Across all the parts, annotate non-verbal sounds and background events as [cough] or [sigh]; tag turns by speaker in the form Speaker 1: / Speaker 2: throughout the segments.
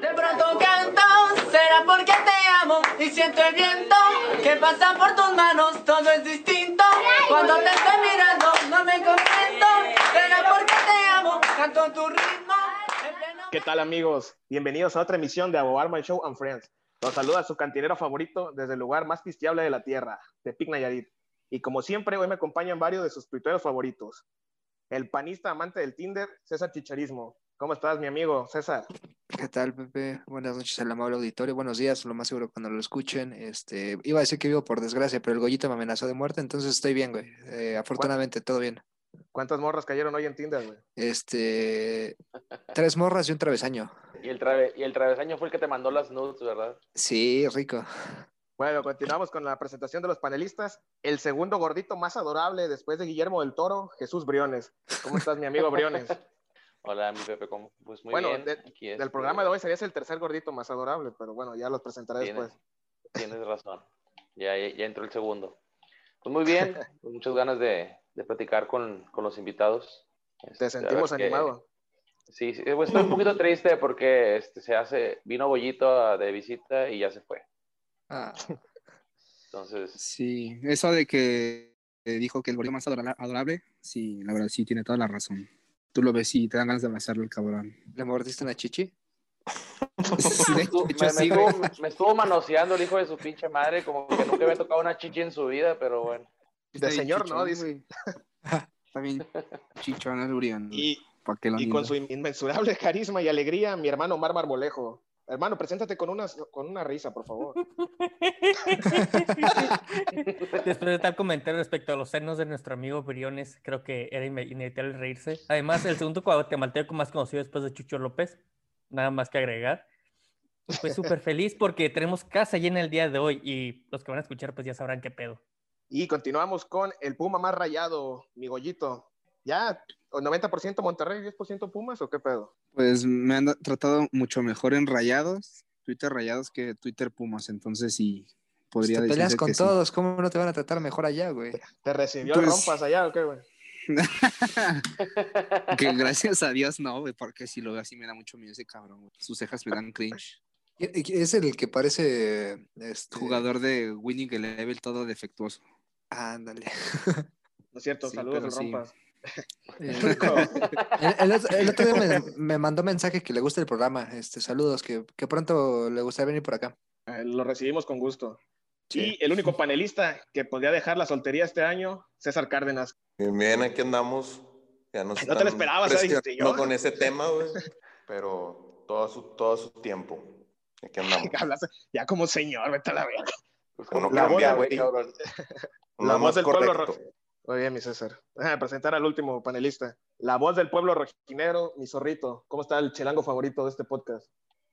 Speaker 1: De pronto canto, será porque te amo y siento el viento que pasa por tus manos, todo es distinto. Cuando te estoy mirando, no me contento, será porque te amo, canto tu ritmo. en pleno-
Speaker 2: ¿Qué tal amigos? Bienvenidos a otra emisión de Abobarman Show and Friends. Los saluda su cantinero favorito desde el lugar más pisteable de la tierra, Tepic Nayarit. Y como siempre, hoy me acompañan varios de sus tuiteros favoritos. El panista amante del Tinder, César Chicharismo. ¿Cómo estás, mi amigo César?
Speaker 3: ¿Qué tal, Pepe? Buenas noches al amable auditorio. Buenos días, lo más seguro cuando lo escuchen. Este, iba a decir que vivo por desgracia, pero el gollito me amenazó de muerte, entonces estoy bien, güey. Eh, afortunadamente, todo bien.
Speaker 2: ¿Cuántas morras cayeron hoy en Tinder, güey?
Speaker 4: [laughs]
Speaker 3: Este, tres morras y un travesaño.
Speaker 5: Y el, trave- y el travesaño fue el que te mandó las nudes, ¿verdad?
Speaker 3: Sí, rico.
Speaker 2: Bueno, continuamos con la presentación de los panelistas. El segundo gordito más adorable después de Guillermo del Toro, Jesús Briones. ¿Cómo estás, mi
Speaker 5: [laughs]
Speaker 2: amigo Briones?
Speaker 5: Hola, mi Pepe, ¿cómo? Pues muy
Speaker 2: Bueno,
Speaker 5: bien.
Speaker 2: de-
Speaker 5: aquí
Speaker 2: Del
Speaker 5: este,
Speaker 2: programa de hoy serías el tercer gordito más adorable, pero bueno, ya los presentaré después.
Speaker 5: Tienes, tienes razón. Ya, ya, ya entró el segundo. Pues muy
Speaker 2: [laughs]
Speaker 5: bien, con muchas ganas de, de platicar con, con los invitados. Este, a
Speaker 2: Te sentimos
Speaker 5: ver qué-
Speaker 2: [laughs] animado.
Speaker 5: Sí, sí, pues estoy un poquito triste porque este, se hace, vino Bollito de visita y ya se fue.
Speaker 3: Ah,
Speaker 5: Entonces,
Speaker 4: Sí, eso de que eh, dijo que el gordito más adora- adorable, sí, la verdad sí tiene toda la razón. Tú lo ves y te dan ganas de abrazarlo el cabrón.
Speaker 3: ¿le mordiste una chichi?
Speaker 4: Sí,
Speaker 2: [laughs]
Speaker 4: de
Speaker 5: tú- me,
Speaker 4: hecho,
Speaker 5: me
Speaker 4: sí, güey.
Speaker 5: estuvo, me estuvo manoseando el hijo de su pinche madre, como que nunca había tocado una chichi en su vida, pero bueno.
Speaker 2: De
Speaker 4: Está bien
Speaker 2: señor,
Speaker 4: chichón,
Speaker 2: ¿no? Dice.
Speaker 4: güey. Está bien chichón el Urián, güey.
Speaker 2: Y,
Speaker 4: ¿Para qué lo
Speaker 2: y con
Speaker 4: niego?
Speaker 2: su inmensurable carisma y alegría, mi hermano Omar Marmolejo. Hermano, preséntate con una, con una risa, por favor.
Speaker 5: [laughs]
Speaker 6: Después de este tal comentario respecto a los senos de nuestro amigo Briones, creo que era ine- inevitable reírse. Además, el segundo guatemalteco más conocido después de Chucho López, nada más que agregar. Pues súper feliz porque tenemos casa llena el día de hoy y los que van a escuchar pues ya sabrán qué pedo.
Speaker 2: Y continuamos con el Puma más rayado, mi gollito. ¿Ya? ¿O 90% Monterrey, 10% Pumas o qué pedo?
Speaker 4: Pues me han tratado mucho mejor en rayados, Twitter rayados que Twitter Pumas, entonces sí,
Speaker 3: Pues
Speaker 4: podría
Speaker 3: te peleas
Speaker 4: decirse
Speaker 3: con
Speaker 4: que sí.
Speaker 3: todos, ¿cómo no te van a tratar mejor allá, güey?
Speaker 2: ¿Te recibió
Speaker 4: Pues-
Speaker 2: rompas allá o qué, güey?
Speaker 4: [laughs] que gracias a Dios no, güey, porque si lo veo así me da mucho miedo ese cabrón, güey. Sus cejas me dan cringe.
Speaker 3: Es el que parece... Este...
Speaker 4: Jugador de Winning Level todo defectuoso.
Speaker 3: Ándale.
Speaker 2: No es cierto,
Speaker 4: Sí,
Speaker 2: saludos
Speaker 4: pero
Speaker 2: al
Speaker 4: sí.
Speaker 3: [laughs]
Speaker 2: rompas.
Speaker 3: El, Eh, [laughs] el otro- el otro día me, me mandó mensaje que le gusta el programa. Este, saludos, que, que pronto le gustaría venir por acá.
Speaker 2: Eh, Lo recibimos con gusto.
Speaker 3: Sí.
Speaker 2: Y el único panelista que podría dejar la soltería este año, César Cárdenas.
Speaker 7: Bien, bien, aquí andamos. Ya nos
Speaker 2: No te lo
Speaker 7: están
Speaker 2: esperabas, ¿eh? Dijiste,
Speaker 7: presionando
Speaker 2: yo.
Speaker 7: con ese tema, güey. Pero todo a su, todo a su tiempo. Aquí andamos.
Speaker 2: [laughs] Hablas ya como señor, vete a la verga.
Speaker 5: Pues
Speaker 7: Uno
Speaker 2: La
Speaker 7: cambia,
Speaker 2: bola,
Speaker 7: güey, [laughs]
Speaker 2: güey.
Speaker 7: cabrón. Uno
Speaker 2: La
Speaker 7: es
Speaker 2: voz
Speaker 7: más
Speaker 2: del pueblo
Speaker 7: correcto.
Speaker 2: Muy bien, mi César. A presentar al último panelista. La voz del pueblo rojinero, mi zorrito. ¿Cómo está el chilango favorito de este podcast?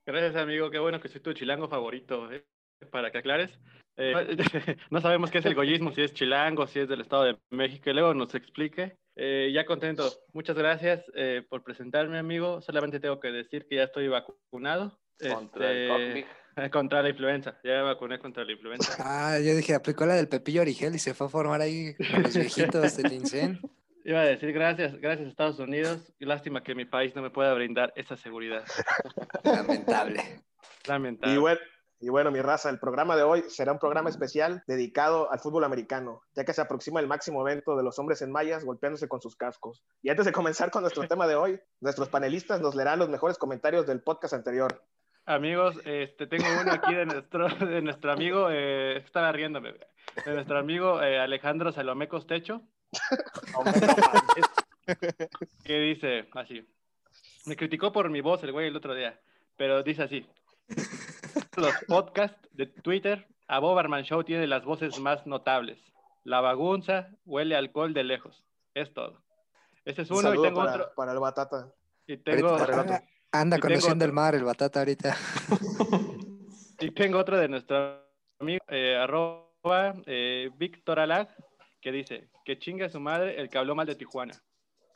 Speaker 8: Gracias, amigo. Qué bueno que soy tu chilango favorito. ¿eh? Para que aclares, Eh, [laughs] no sabemos qué es el gollismo, si es chilango, si es del Estado de México, y luego nos explique. Eh, ya contento. Muchas gracias eh, por presentarme, amigo. Solamente tengo que decir que ya estoy vacunado
Speaker 5: Contra el
Speaker 8: este,
Speaker 5: COVID.
Speaker 8: [laughs] contra la influenza. Ya me vacuné contra la influenza.
Speaker 5: [laughs]
Speaker 3: Ah, yo dije, aplicó la del Pepillo Origel y se fue a formar ahí con los viejitos
Speaker 2: [laughs]
Speaker 3: del INSEN.
Speaker 8: Iba a decir gracias, gracias Estados Unidos. y Lástima que mi país no me pueda brindar esa
Speaker 5: [laughs]
Speaker 8: seguridad.
Speaker 3: Lamentable.
Speaker 8: Lamentable.
Speaker 2: Y bueno, y bueno, mi raza, el programa de hoy será un programa especial dedicado al fútbol americano, ya que se aproxima el máximo evento de los hombres en mallas golpeándose con sus cascos. Y antes de comenzar con [laughs] nuestro tema de hoy, nuestros panelistas nos leerán los mejores comentarios del podcast anterior.
Speaker 8: Amigos, este, tengo uno aquí de nuestro, de nuestro amigo, eh, estaba riéndome, de nuestro amigo eh, Alejandro Salomé Costecho,
Speaker 5: Hombre, no manches.
Speaker 8: que dice así, me criticó por mi voz el güey el otro día, pero dice así, los podcasts de Twitter, a Bob Arman Show tiene las voces más notables, la bagunza huele a alcohol de lejos, es todo. Ese es
Speaker 2: Un
Speaker 8: uno y
Speaker 2: saludo
Speaker 8: tengo
Speaker 2: para,
Speaker 8: otro.
Speaker 2: para el Batata.
Speaker 8: Y tengo,
Speaker 2: para el otro.
Speaker 3: Ahorita Ah, Anda
Speaker 8: Y tengo
Speaker 3: conociendo
Speaker 8: otro.
Speaker 3: el mar, el batata ahorita.
Speaker 8: Y tengo otro de nuestro amigo, eh, arroba eh, Víctor Alag, que dice, que chinga su madre el que habló mal de Tijuana.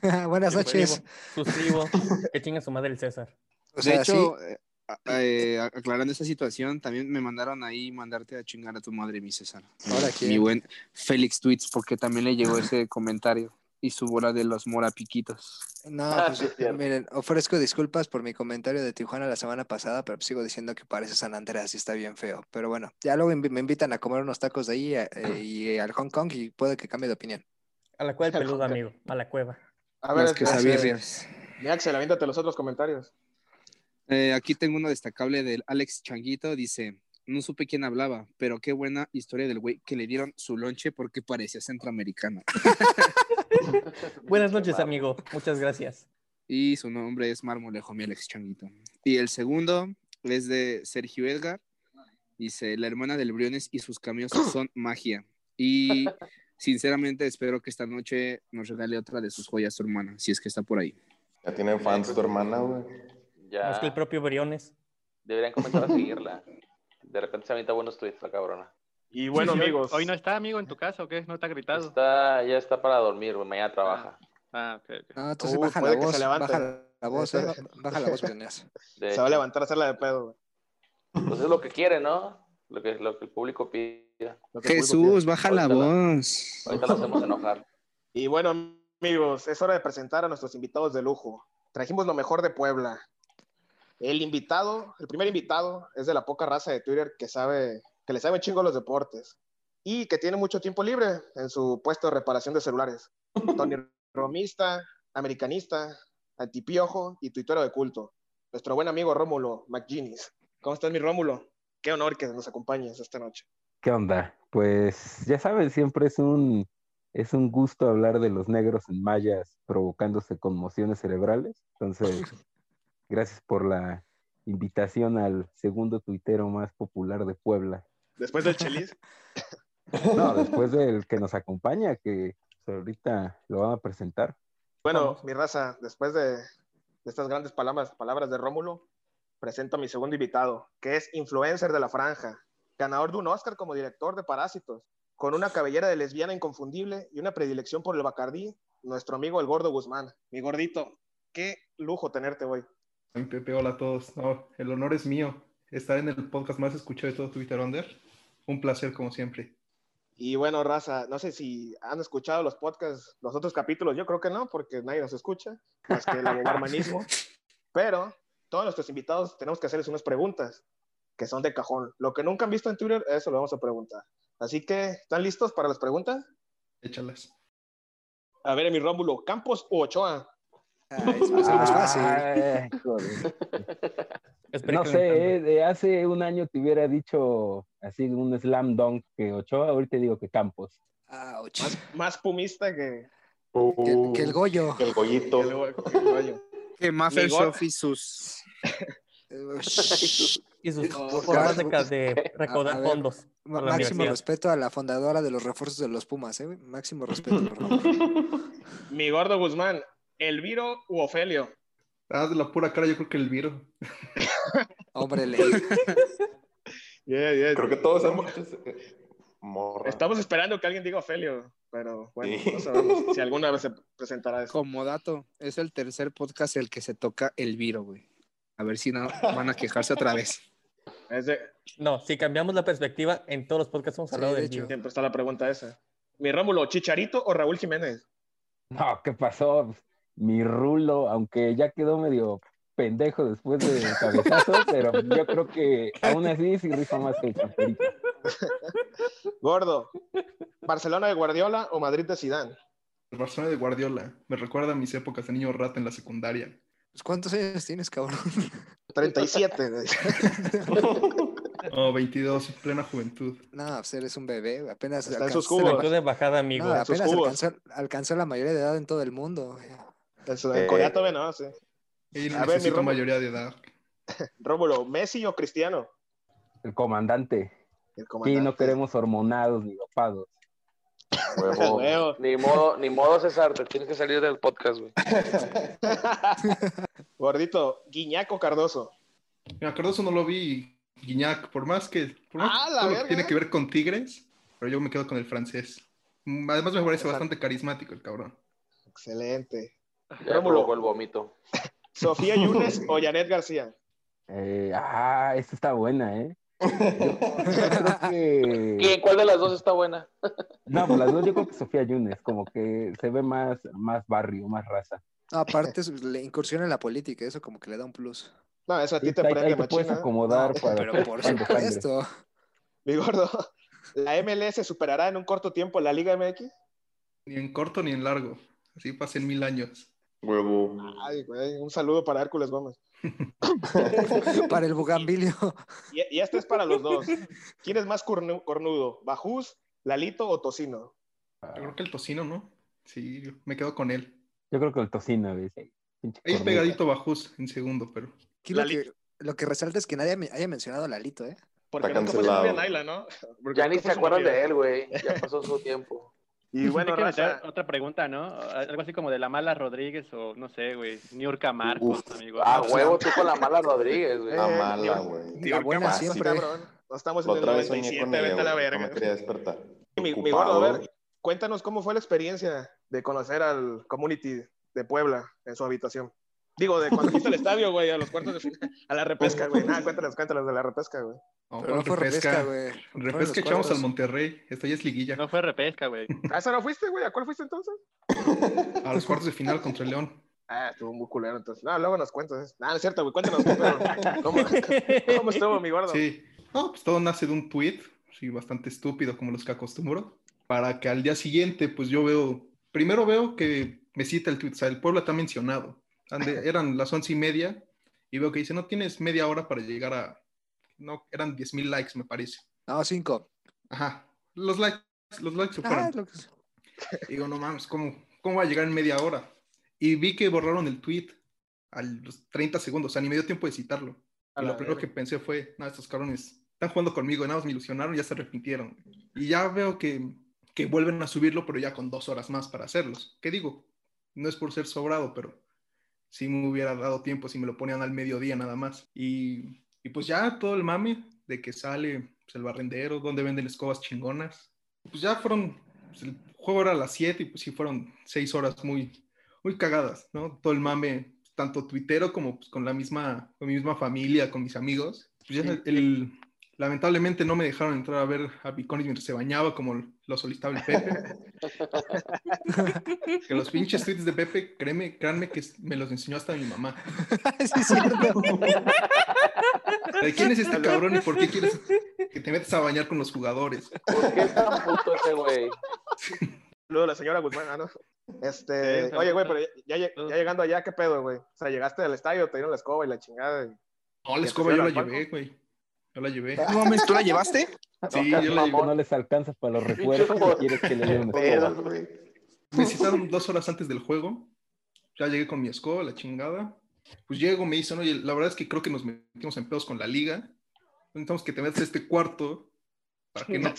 Speaker 3: [laughs] Buenas noches.
Speaker 8: [laughs]
Speaker 6: Suscribo, suscribo. Pues, que chinga su madre el César.
Speaker 3: O sea,
Speaker 4: de hecho, eh, a- eh, aclarando esa situación, también me mandaron ahí mandarte a chingar a tu madre, mi César.
Speaker 3: sí, ahora Ah.
Speaker 4: Mi
Speaker 3: quién.
Speaker 4: buen Félix Tweets, porque también le llegó ese comentario. y su bola de los morapiquitos.
Speaker 3: No,
Speaker 5: Ah,
Speaker 3: pues,
Speaker 5: sí, es cierto.
Speaker 3: miren, ofrezco disculpas por mi comentario de Tijuana la semana pasada, pero sigo diciendo que parece San Andreas y está bien feo. Pero bueno, ya luego invi- me invitan a comer unos tacos de ahí eh, y eh, al Hong Kong y puede que cambie de opinión.
Speaker 6: A la cueva del peludo, amigo. A la cueva.
Speaker 2: A ver, este,
Speaker 4: Las quesabirrias.
Speaker 2: mi Axel, aviéntate los otros comentarios.
Speaker 4: Eh, aquí tengo uno destacable del Alex Changuito. Dice: No supe quién hablaba, pero qué buena historia del güey que le dieron su lonche porque parecía centroamericano.
Speaker 6: [laughs] Buenas noches, amigo. Muchas gracias.
Speaker 4: Y su nombre es Marmolejo, mi Alex Changuito. Y el segundo es de Sergio Edgar. Dice, la hermana del Briones y sus caminos son magia. Y sinceramente espero que esta noche nos regale otra de sus joyas, su hermana, si es que está por ahí.
Speaker 7: Ya tienen fans tu hermana, güey.
Speaker 5: Ya.
Speaker 6: Más que el propio Briones.
Speaker 5: Deberían comenzar a seguirla. De repente se avienta buenos tweets, la cabrona.
Speaker 2: Y bueno,
Speaker 8: Sí, hoy-
Speaker 2: amigos,
Speaker 8: Hoy no está, amigo, en tu casa, ¿o qué? ¿No está gritado?
Speaker 5: Está, ya está para dormir, güey, mañana trabaja.
Speaker 8: Ah, ok, ok.
Speaker 3: No, entonces
Speaker 2: Uh,
Speaker 3: baja la
Speaker 2: puede que se
Speaker 3: voz,
Speaker 2: levante.
Speaker 3: baja la, la voz, eh, baja
Speaker 2: [laughs]
Speaker 3: la voz, Briones.
Speaker 5: De
Speaker 2: se va a
Speaker 5: hecho.
Speaker 2: levantar a hacerla de pedo, güey.
Speaker 5: Pues es lo que quiere, ¿no? Lo que, lo que el público pida.
Speaker 2: Lo que el público
Speaker 4: Jesús,
Speaker 2: pide.
Speaker 4: baja la
Speaker 5: Ahorita la-
Speaker 4: voz.
Speaker 5: Ahorita lo hacemos enojar.
Speaker 2: [laughs] Y bueno, amigos, es hora de presentar a nuestros invitados de lujo. Trajimos lo mejor de Puebla. El invitado, el primer invitado, es de la poca raza de Twitter que sabe, que le sabe un chingo los deportes y que tiene mucho tiempo libre en su puesto de reparación
Speaker 5: [laughs]
Speaker 2: de celulares. Tony Romista, americanista, antipiojo y tuitero de culto. Nuestro buen amigo Rómulo McGinnis. ¿Cómo estás, mi Rómulo? Qué honor que nos acompañes esta noche.
Speaker 9: ¿Qué onda? Pues ya saben, siempre es un, es un gusto hablar de los negros en mayas provocándose conmociones cerebrales.
Speaker 3: [laughs]
Speaker 9: Entonces, gracias por la invitación al segundo tuitero más popular de Puebla.
Speaker 5: [laughs]
Speaker 2: Después del Chelis,
Speaker 9: No, después del que nos acompaña, que pues, ahorita lo van a presentar.
Speaker 2: Bueno,
Speaker 6: Vamos.
Speaker 2: mi raza, después de, de estas grandes palabras, palabras de Rómulo, presento a mi segundo invitado, que es influencer de la franja, ganador de un Oscar como director de Parásitos, con una cabellera de lesbiana inconfundible y una predilección por el Bacardí, nuestro amigo el Gordo Guzmán. Mi gordito, qué lujo tenerte hoy.
Speaker 10: Ay, Pepe, hola a todos. No, el honor es mío estar en el podcast más escuchado de todo Twitter Under. Un placer, como siempre.
Speaker 2: Y bueno, raza, no sé si han escuchado los podcasts, los otros capítulos, yo creo que no, porque nadie nos escucha, más que el abobarmanismo. Pero todos nuestros invitados tenemos que hacerles unas preguntas que son de cajón. Lo que nunca han visto en Twitter, eso lo vamos a preguntar. Así que, ¿están listos para las preguntas?
Speaker 10: Échalas.
Speaker 2: A ver, mi Rómulo, ¿Campos o Ochoa?
Speaker 3: Ay, es más- es más fácil.
Speaker 9: Ay, joder.
Speaker 6: Espero
Speaker 9: Ah, No
Speaker 6: que
Speaker 9: sé, eh, de hace un año te hubiera dicho así un slam dunk que Ochoa, ahorita digo que Campos.
Speaker 3: Ouch.
Speaker 2: Más, más pumista que,
Speaker 3: Que, que el Goyo.
Speaker 7: el
Speaker 2: que
Speaker 7: gollito.
Speaker 2: el- que el Goyo.
Speaker 4: Que Maffer
Speaker 2: Migor-
Speaker 4: Sofi sus...
Speaker 3: Shh.
Speaker 6: Y sus
Speaker 3: Oh,
Speaker 6: formas de,
Speaker 3: claro.
Speaker 5: [laughs]
Speaker 6: de recaudar
Speaker 3: A- a ver.
Speaker 6: fondos.
Speaker 3: Ma-
Speaker 6: A la
Speaker 3: Máximo
Speaker 6: universidad.
Speaker 3: respeto a la fundadora de los refuerzos de los Pumas, ¿eh? güey? Máximo respeto, por favor.
Speaker 2: Mi Gordo Guzmán, ¿Elviro u Ofelio?
Speaker 10: Ah, de la pura cara, yo creo que el viro.
Speaker 3: [laughs] Hombre, le-
Speaker 2: Yeah, yeah.
Speaker 7: Creo [laughs] que todos hemos... Morra.
Speaker 2: [laughs] Estamos esperando que alguien diga Ofelio, pero bueno,
Speaker 7: Sí. [laughs]
Speaker 2: no sabemos si alguna vez se presentará eso.
Speaker 4: Como dato, es el tercer podcast el que se toca el viro, güey. A ver si no van a quejarse otra vez.
Speaker 2: Es de-
Speaker 6: No, si cambiamos la perspectiva, en todos los podcasts hemos
Speaker 3: Sí,
Speaker 6: hablado
Speaker 3: de
Speaker 6: de
Speaker 3: hecho.
Speaker 6: Dios.
Speaker 2: siempre está la pregunta esa. Mi Rómulo, ¿Chicharito o Raúl Jiménez?
Speaker 9: No, ¿qué pasó? Mi rulo, aunque ya quedó medio pendejo después del
Speaker 2: [laughs]
Speaker 9: cabezazo, pero yo creo que aún así sí rifa más que el camperito.
Speaker 2: Gordo, ¿Barcelona de Guardiola Ah, o Madrid de Sidán?
Speaker 10: El Barcelona de Guardiola. Me recuerda a mis épocas de niño rata en la secundaria.
Speaker 3: pues, ¿Cuántos años tienes, cabrón?
Speaker 2: 37. de-
Speaker 10: Oh, 22, plena juventud.
Speaker 3: [laughs] No, pues eres un bebé, güey. apenas
Speaker 2: Está en
Speaker 3: alcanzaste
Speaker 2: sus
Speaker 3: la-
Speaker 2: cubos.
Speaker 6: Juventud de bajada,
Speaker 3: no,
Speaker 6: amigo.
Speaker 2: en sus
Speaker 3: apenas
Speaker 2: cubos.
Speaker 3: alcanzó, alcanzó la mayoría de edad en todo el mundo. güey.
Speaker 2: Eso, en
Speaker 7: Eh.
Speaker 2: Corea todavía no, sí.
Speaker 10: Y no
Speaker 2: A ver, mi
Speaker 10: necesito
Speaker 2: Romo.
Speaker 10: mayoría de edad.
Speaker 2: [laughs] Rómulo, ¿Messi o Cristiano?
Speaker 9: El comandante.
Speaker 2: El
Speaker 9: Sí,
Speaker 2: comandante.
Speaker 9: no queremos hormonados ni dopados.
Speaker 5: Huevo.
Speaker 2: Huevo.
Speaker 5: Ni modo, ni modo, César, te tienes que salir del podcast, güey.
Speaker 2: Gordito, ¿Guiñaco Cardoso?
Speaker 10: Me acuerdo eso no lo vi. Guiñac, por más que, por más
Speaker 2: Ah,
Speaker 10: que
Speaker 2: la
Speaker 10: todo lo
Speaker 2: verga.
Speaker 10: que tiene que ver con Tigres, pero yo me quedo con el francés. Mm, Además me parece
Speaker 2: Exacto.
Speaker 10: bastante carismático el cabrón.
Speaker 2: Excelente.
Speaker 5: Ya
Speaker 2: Rómulo.
Speaker 5: provocó el vómito.
Speaker 2: [laughs] ¿Sofía Yunes o Janet García?
Speaker 9: Eh, ah, esta está buena, ¿eh?
Speaker 2: [laughs]
Speaker 9: Yo creo que.
Speaker 5: ¿Quién- ¿Cuál de las dos está buena?
Speaker 9: No, pues las dos, yo creo que Sofía Yunes, como que se ve más, más barrio, más raza.
Speaker 3: No, aparte, su- le incursiona en la política, eso como que le da un plus.
Speaker 2: No, eso a ti
Speaker 9: Ahí
Speaker 2: te
Speaker 9: ahí- ahí
Speaker 2: prende
Speaker 9: te puedes
Speaker 2: machina.
Speaker 9: acomodar
Speaker 3: No,
Speaker 9: para.
Speaker 3: pero
Speaker 9: hacer
Speaker 3: por
Speaker 9: pan de sangre.
Speaker 3: supuesto.
Speaker 2: Mi gordo, [laughs] ¿la MLS superará en un corto tiempo la Liga MX?
Speaker 10: Ni en corto ni en largo. Así pasen mil años.
Speaker 7: Huevo.
Speaker 2: Ay, güey, un saludo para Hércules Gómez.
Speaker 3: [laughs] Para el bugambilio.
Speaker 2: Y, y este es para los dos. ¿Quién es más cornu- cornudo? ¿Bajús, Lalito o Tocino?
Speaker 10: Yo creo que el tocino, ¿no? Sí, yo me quedo con él.
Speaker 9: Yo creo que el tocino, güey. sí. Pinche
Speaker 10: Ahí
Speaker 9: cornudo.
Speaker 10: pegadito Bajús en segundo, pero.
Speaker 3: Aquí lo
Speaker 2: Lalito.
Speaker 3: que, lo que resalta es que nadie me- haya mencionado a Lalito, ¿eh?
Speaker 2: Porque
Speaker 7: Está
Speaker 2: nunca fue su
Speaker 7: cancelado.
Speaker 2: novia Naila, ¿no? Porque
Speaker 5: Ya ni se
Speaker 2: nunca fue su
Speaker 5: acuerdan
Speaker 2: novia.
Speaker 5: de él, güey.
Speaker 2: [laughs]
Speaker 5: Ya pasó su tiempo.
Speaker 2: Y bueno,
Speaker 8: Hay que meter
Speaker 2: raza,
Speaker 8: otra pregunta, ¿no? Algo así como de la mala Rodríguez o no sé, güey. Niurka Marcos,
Speaker 7: Uf.
Speaker 8: amigo.
Speaker 5: Ah,
Speaker 8: No, pues,
Speaker 5: huevo, tú con la mala Rodríguez,
Speaker 3: [laughs]
Speaker 5: güey.
Speaker 2: Eh,
Speaker 7: La
Speaker 2: ni
Speaker 7: mala,
Speaker 2: un-
Speaker 7: güey.
Speaker 2: Tío,
Speaker 3: La buena
Speaker 2: ¿qué más,
Speaker 3: siempre.
Speaker 2: cabrón? No estamos
Speaker 7: La
Speaker 2: en el
Speaker 7: otra vez soñé
Speaker 2: 97,
Speaker 7: con
Speaker 2: vete
Speaker 7: ella,
Speaker 2: a la
Speaker 7: güey. No me
Speaker 2: verga.
Speaker 7: quería despertar.
Speaker 2: Mi, mi gordo,
Speaker 7: Ocupado,
Speaker 2: a ver,
Speaker 7: güey.
Speaker 2: cuéntanos cómo fue la experiencia de conocer al community de Puebla en su habitación. Digo, de
Speaker 7: [laughs]
Speaker 2: cuando fuiste al estadio, güey, a los cuartos de final, a la repesca, güey. Nada, cuéntanos, cuéntanos de la repesca, güey.
Speaker 10: No,
Speaker 3: Pero no fue refresca, güey. Fueron los
Speaker 10: Repesca echamos al
Speaker 3: cuartos.
Speaker 10: Monterrey. Esto ya
Speaker 7: [laughs]
Speaker 10: es liguilla.
Speaker 8: no fue repesca, güey.
Speaker 2: ¿A Ah, esa no fuiste, güey? ¿A cuál fuiste entonces?
Speaker 10: A los cuartos de final contra el León.
Speaker 2: Ah, estuvo muy culero entonces. No, luego nos cuentas. Ah, No, no es cierto, güey. Cuéntanos tú, pero, ¿cómo, cómo estuvo mi gordo?
Speaker 10: Sí. No, pues todo nace de un tweet, sí, bastante estúpido como los que acostumbro, para que al día siguiente, pues yo veo, primero veo que me cita el tweet, o sea, el pueblo está mencionado. Ande- eran las once y media y veo que dice, no tienes media hora para llegar a, no, eran diez mil likes, me parece.
Speaker 3: No, Ah, cinco.
Speaker 10: Ajá, los likes, los likes
Speaker 3: Ah,
Speaker 10: superan.
Speaker 3: lo que-
Speaker 10: [laughs] Digo, no mames, ¿cómo, ¿cómo va a llegar en media hora? Y vi que borraron el tweet a los 30 segundos, o sea, ni me dio tiempo de citarlo.
Speaker 2: A
Speaker 10: Y
Speaker 2: la
Speaker 10: lo primero que
Speaker 2: verga.
Speaker 10: pensé fue, no, estos cabrones están jugando conmigo, y nada más me ilusionaron, ya se arrepintieron. Y ya veo que, que vuelven a subirlo, pero ya con dos horas más para hacerlos. ¿Qué digo? No es por ser sobrado, pero sí me hubiera dado tiempo si me lo ponían al mediodía nada más. Y, y pues ya todo el mame de que sale pues, el barrendero, donde venden escobas chingonas. Pues ya fueron, pues, el juego era a las 7 y pues sí fueron 6 horas muy, muy cagadas, ¿no? Todo el mame, tanto tuitero como pues, con la misma, con mi misma familia, con mis amigos. Pues, ya el- lamentablemente no me dejaron entrar a ver a Piconis mientras se bañaba como lo solicitaba el Pepe. que los pinches tweets de Pepe, créeme, créanme que me los enseñó hasta mi mamá.
Speaker 3: sí, es cierto.
Speaker 2: [laughs]
Speaker 10: ¿De quién es este cabrón y por qué quieres que te metas a bañar con los jugadores?
Speaker 5: ¿Por qué es tan puto ese güey?
Speaker 2: Saludo a la señora Guzmán, ah, ¿no?
Speaker 8: Sí,
Speaker 2: Este,
Speaker 8: saludos.
Speaker 2: oye, güey, pero ya, ya- ya llegando allá, ¿qué pedo, güey? O sea, llegaste al estadio, te dieron la escoba y la chingada. y-
Speaker 10: No, la
Speaker 2: ¿Ya
Speaker 10: escoba
Speaker 2: te
Speaker 10: yo la
Speaker 2: llevaron al
Speaker 10: llevé, güey. Yo la llevé.
Speaker 4: [laughs] No mames, ¿tú la llevaste?
Speaker 10: Sí, yo la
Speaker 4: [laughs]
Speaker 10: llevé.
Speaker 9: No les alcanza para los refuerzos y quieres que le den
Speaker 7: Pedo, güey.
Speaker 10: Me citaron dos horas antes del juego. Ya llegué con mi escoba, la chingada. Pues llego, me dicen, oye, la verdad es que creo que nos metimos en pedos con la liga. Necesitamos que te metas a este cuarto para que no,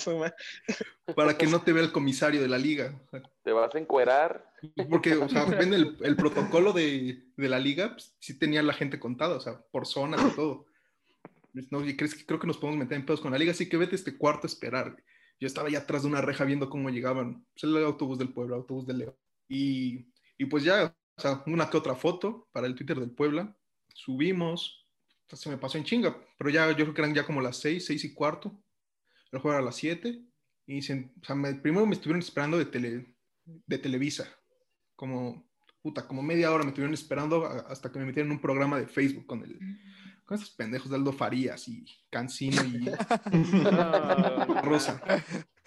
Speaker 10: para que no te vea el comisario de la liga. O sea,
Speaker 5: ¿Te vas a encuerar?
Speaker 10: Porque, o sea, ven el, el protocolo de, de la liga, pues, sí tenía la gente contada, o sea, por zonas y todo. Pues, No, y crees que creo que nos podemos meter en pedos con la liga, así que vete a este cuarto a esperar. güey. Yo estaba ya atrás de una reja viendo cómo llegaban, pues, el autobús del pueblo, autobús del León. Y, y pues ya, o sea, una que otra foto para el Twitter del Puebla. Subimos, o sea, se me pasó en chinga, pero ya yo creo que eran ya como las seis, seis y cuarto. El juego era a las siete. Y dicen, o sea, me- primero me estuvieron esperando de, tele, de Televisa como, puta, como media hora me estuvieron esperando a- hasta que me metieron en un programa de Facebook con el, con esos pendejos de Aldo Farías y Cancino
Speaker 3: [laughs]
Speaker 10: y
Speaker 8: No, no, no.
Speaker 10: Rosa.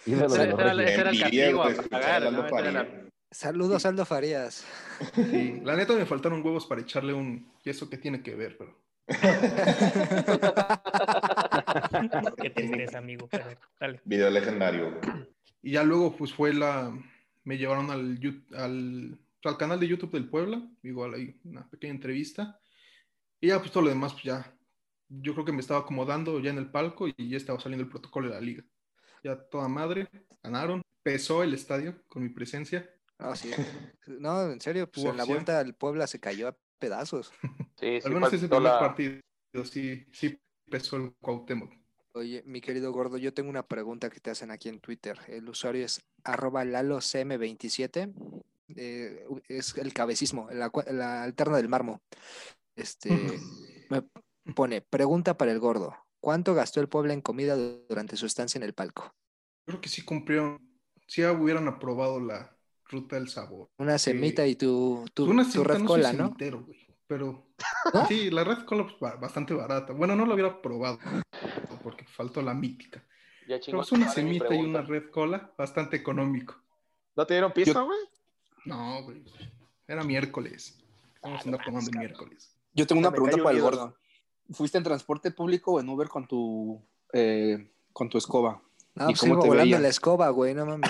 Speaker 9: Ídolo de
Speaker 8: Ese
Speaker 9: los
Speaker 8: era,
Speaker 9: reyes.
Speaker 8: ese era el
Speaker 7: Envidia,
Speaker 8: castigo
Speaker 7: güey,
Speaker 8: a
Speaker 7: escuchar
Speaker 8: pagar,
Speaker 7: a
Speaker 8: ¿no?
Speaker 7: Lalo
Speaker 8: Esa era la-
Speaker 7: Farid.
Speaker 3: Saludos, Aldo Farías.
Speaker 10: Sí, la neta me faltaron huevos para echarle un, y eso que tiene que ver, pero.
Speaker 6: Qué tristeza, amigo, pero dale.
Speaker 7: Video legendario, güey.
Speaker 10: Y ya luego, pues fue la, me llevaron al, Yu- al, pues, al canal de YouTube del Puebla, igual ahí una pequeña entrevista. Y ya, pues todo lo demás, pues ya, yo creo que me estaba acomodando ya en el palco y ya estaba saliendo el protocolo de la liga. Ya toda madre, ganaron, pesó el estadio con mi presencia. [laughs]
Speaker 3: No, sí. No, en serio, pues
Speaker 10: Hubo
Speaker 3: en la
Speaker 10: acción.
Speaker 3: vuelta al Puebla se cayó a pedazos.
Speaker 5: Sí,
Speaker 10: Al
Speaker 5: sí,
Speaker 10: menos ese
Speaker 5: faltó
Speaker 10: primer
Speaker 5: la...
Speaker 10: partido sí, sí pesó el Cuauhtémoc.
Speaker 3: Oye, mi querido gordo, yo tengo una pregunta que te hacen aquí en Twitter. El usuario es arroba lalocm27. Eh, u- es el cabecismo, la, cua- la alterna del marmo. Este me pone pregunta para el gordo. ¿Cuánto gastó el Puebla en comida du- durante su estancia en el palco?
Speaker 10: Creo que sí cumplieron, sí hubieran aprobado la ruta del sabor.
Speaker 3: Una semita y tu, tu,
Speaker 10: Una
Speaker 3: tu
Speaker 10: cintita no
Speaker 3: red
Speaker 10: soy
Speaker 3: cola, ¿no?
Speaker 10: cementero, güey, pero
Speaker 3: ¿No?
Speaker 10: sí, la red cola pues, ba- bastante barata. Bueno, no lo hubiera probado porque faltó la mítica.
Speaker 5: Ya
Speaker 10: Pero
Speaker 5: chingó
Speaker 10: es una
Speaker 5: su madre mi
Speaker 10: semita y
Speaker 5: pregunta.
Speaker 10: una red cola bastante económico.
Speaker 2: ¿No te dieron pizza, güey?
Speaker 10: No, güey. Era miércoles.
Speaker 2: Ah,
Speaker 10: Vamos a andar tomando el miércoles.
Speaker 4: Yo tengo una
Speaker 2: Me
Speaker 4: pregunta
Speaker 2: callo
Speaker 4: para el
Speaker 2: unidos.
Speaker 4: gordo. ¿Fuiste en transporte público o en Uber con tu, eh, con tu escoba?
Speaker 3: No,
Speaker 4: ¿Y
Speaker 3: pues
Speaker 4: cómo
Speaker 3: sigo
Speaker 4: te
Speaker 3: volando
Speaker 4: veía?
Speaker 3: la escoba, güey, no mames.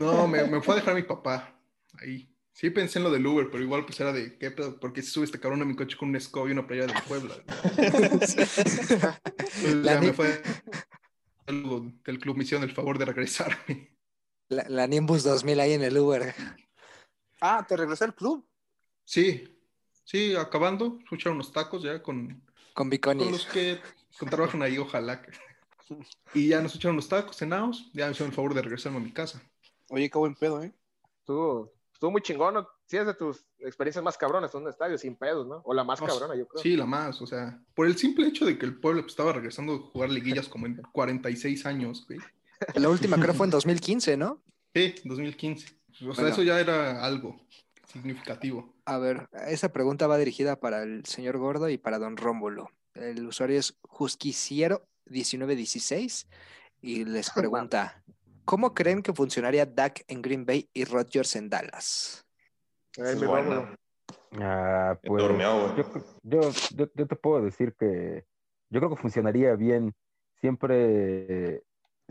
Speaker 10: No, me, me fue a dejar mi papá ahí. Sí pensé en lo del Uber, pero igual pues era de qué pedo, porque si sube este cabrón a mi coche con un escoba y una playera del
Speaker 3: [laughs]
Speaker 10: Puebla. Entonces,
Speaker 3: La
Speaker 10: ya
Speaker 3: ni-
Speaker 10: me fue algo del club misión el favor de regresarme.
Speaker 3: La, la Nimbus 2000 ahí en el Uber.
Speaker 4: Ah, te regresé al club.
Speaker 10: Sí, sí, acabando, escuchar unos tacos ya con,
Speaker 3: Con
Speaker 10: con
Speaker 3: biconis.
Speaker 10: los que que trabajan ahí, ojalá. que- Y ya nos echaron los tacos, cenados, ya me hicieron el favor de regresarme a mi casa.
Speaker 4: Oye, qué buen pedo, ¿eh?
Speaker 2: Estuvo, estuvo muy chingón, ¿no? Sí, es de tus experiencias más cabronas en un estadio, sin pedos, ¿no? O la más
Speaker 10: No,
Speaker 2: cabrona, yo creo.
Speaker 10: Sí, la más, o sea, por el simple hecho de que el pueblo pues, estaba regresando a jugar liguillas como en 46 años, güey.
Speaker 3: La última creo fue en 2015, ¿no?
Speaker 10: Sí, 2015. O sea,
Speaker 4: Bueno.
Speaker 10: eso ya era algo significativo.
Speaker 3: A ver, esa pregunta va dirigida para el señor Gordo y para don Rómulo. El usuario es Jusquiciero1916 y
Speaker 9: [laughs]
Speaker 3: les pregunta, ¿cómo creen que funcionaría Dak en Green Bay y Rodgers en Dallas?
Speaker 2: Ay,
Speaker 7: Es
Speaker 2: mi
Speaker 7: buena.
Speaker 2: Rómulo.
Speaker 9: Ah,
Speaker 7: He
Speaker 9: pues,
Speaker 7: dormeado, güey.
Speaker 9: yo, yo, yo- yo te puedo decir que yo creo que funcionaría bien. Siempre,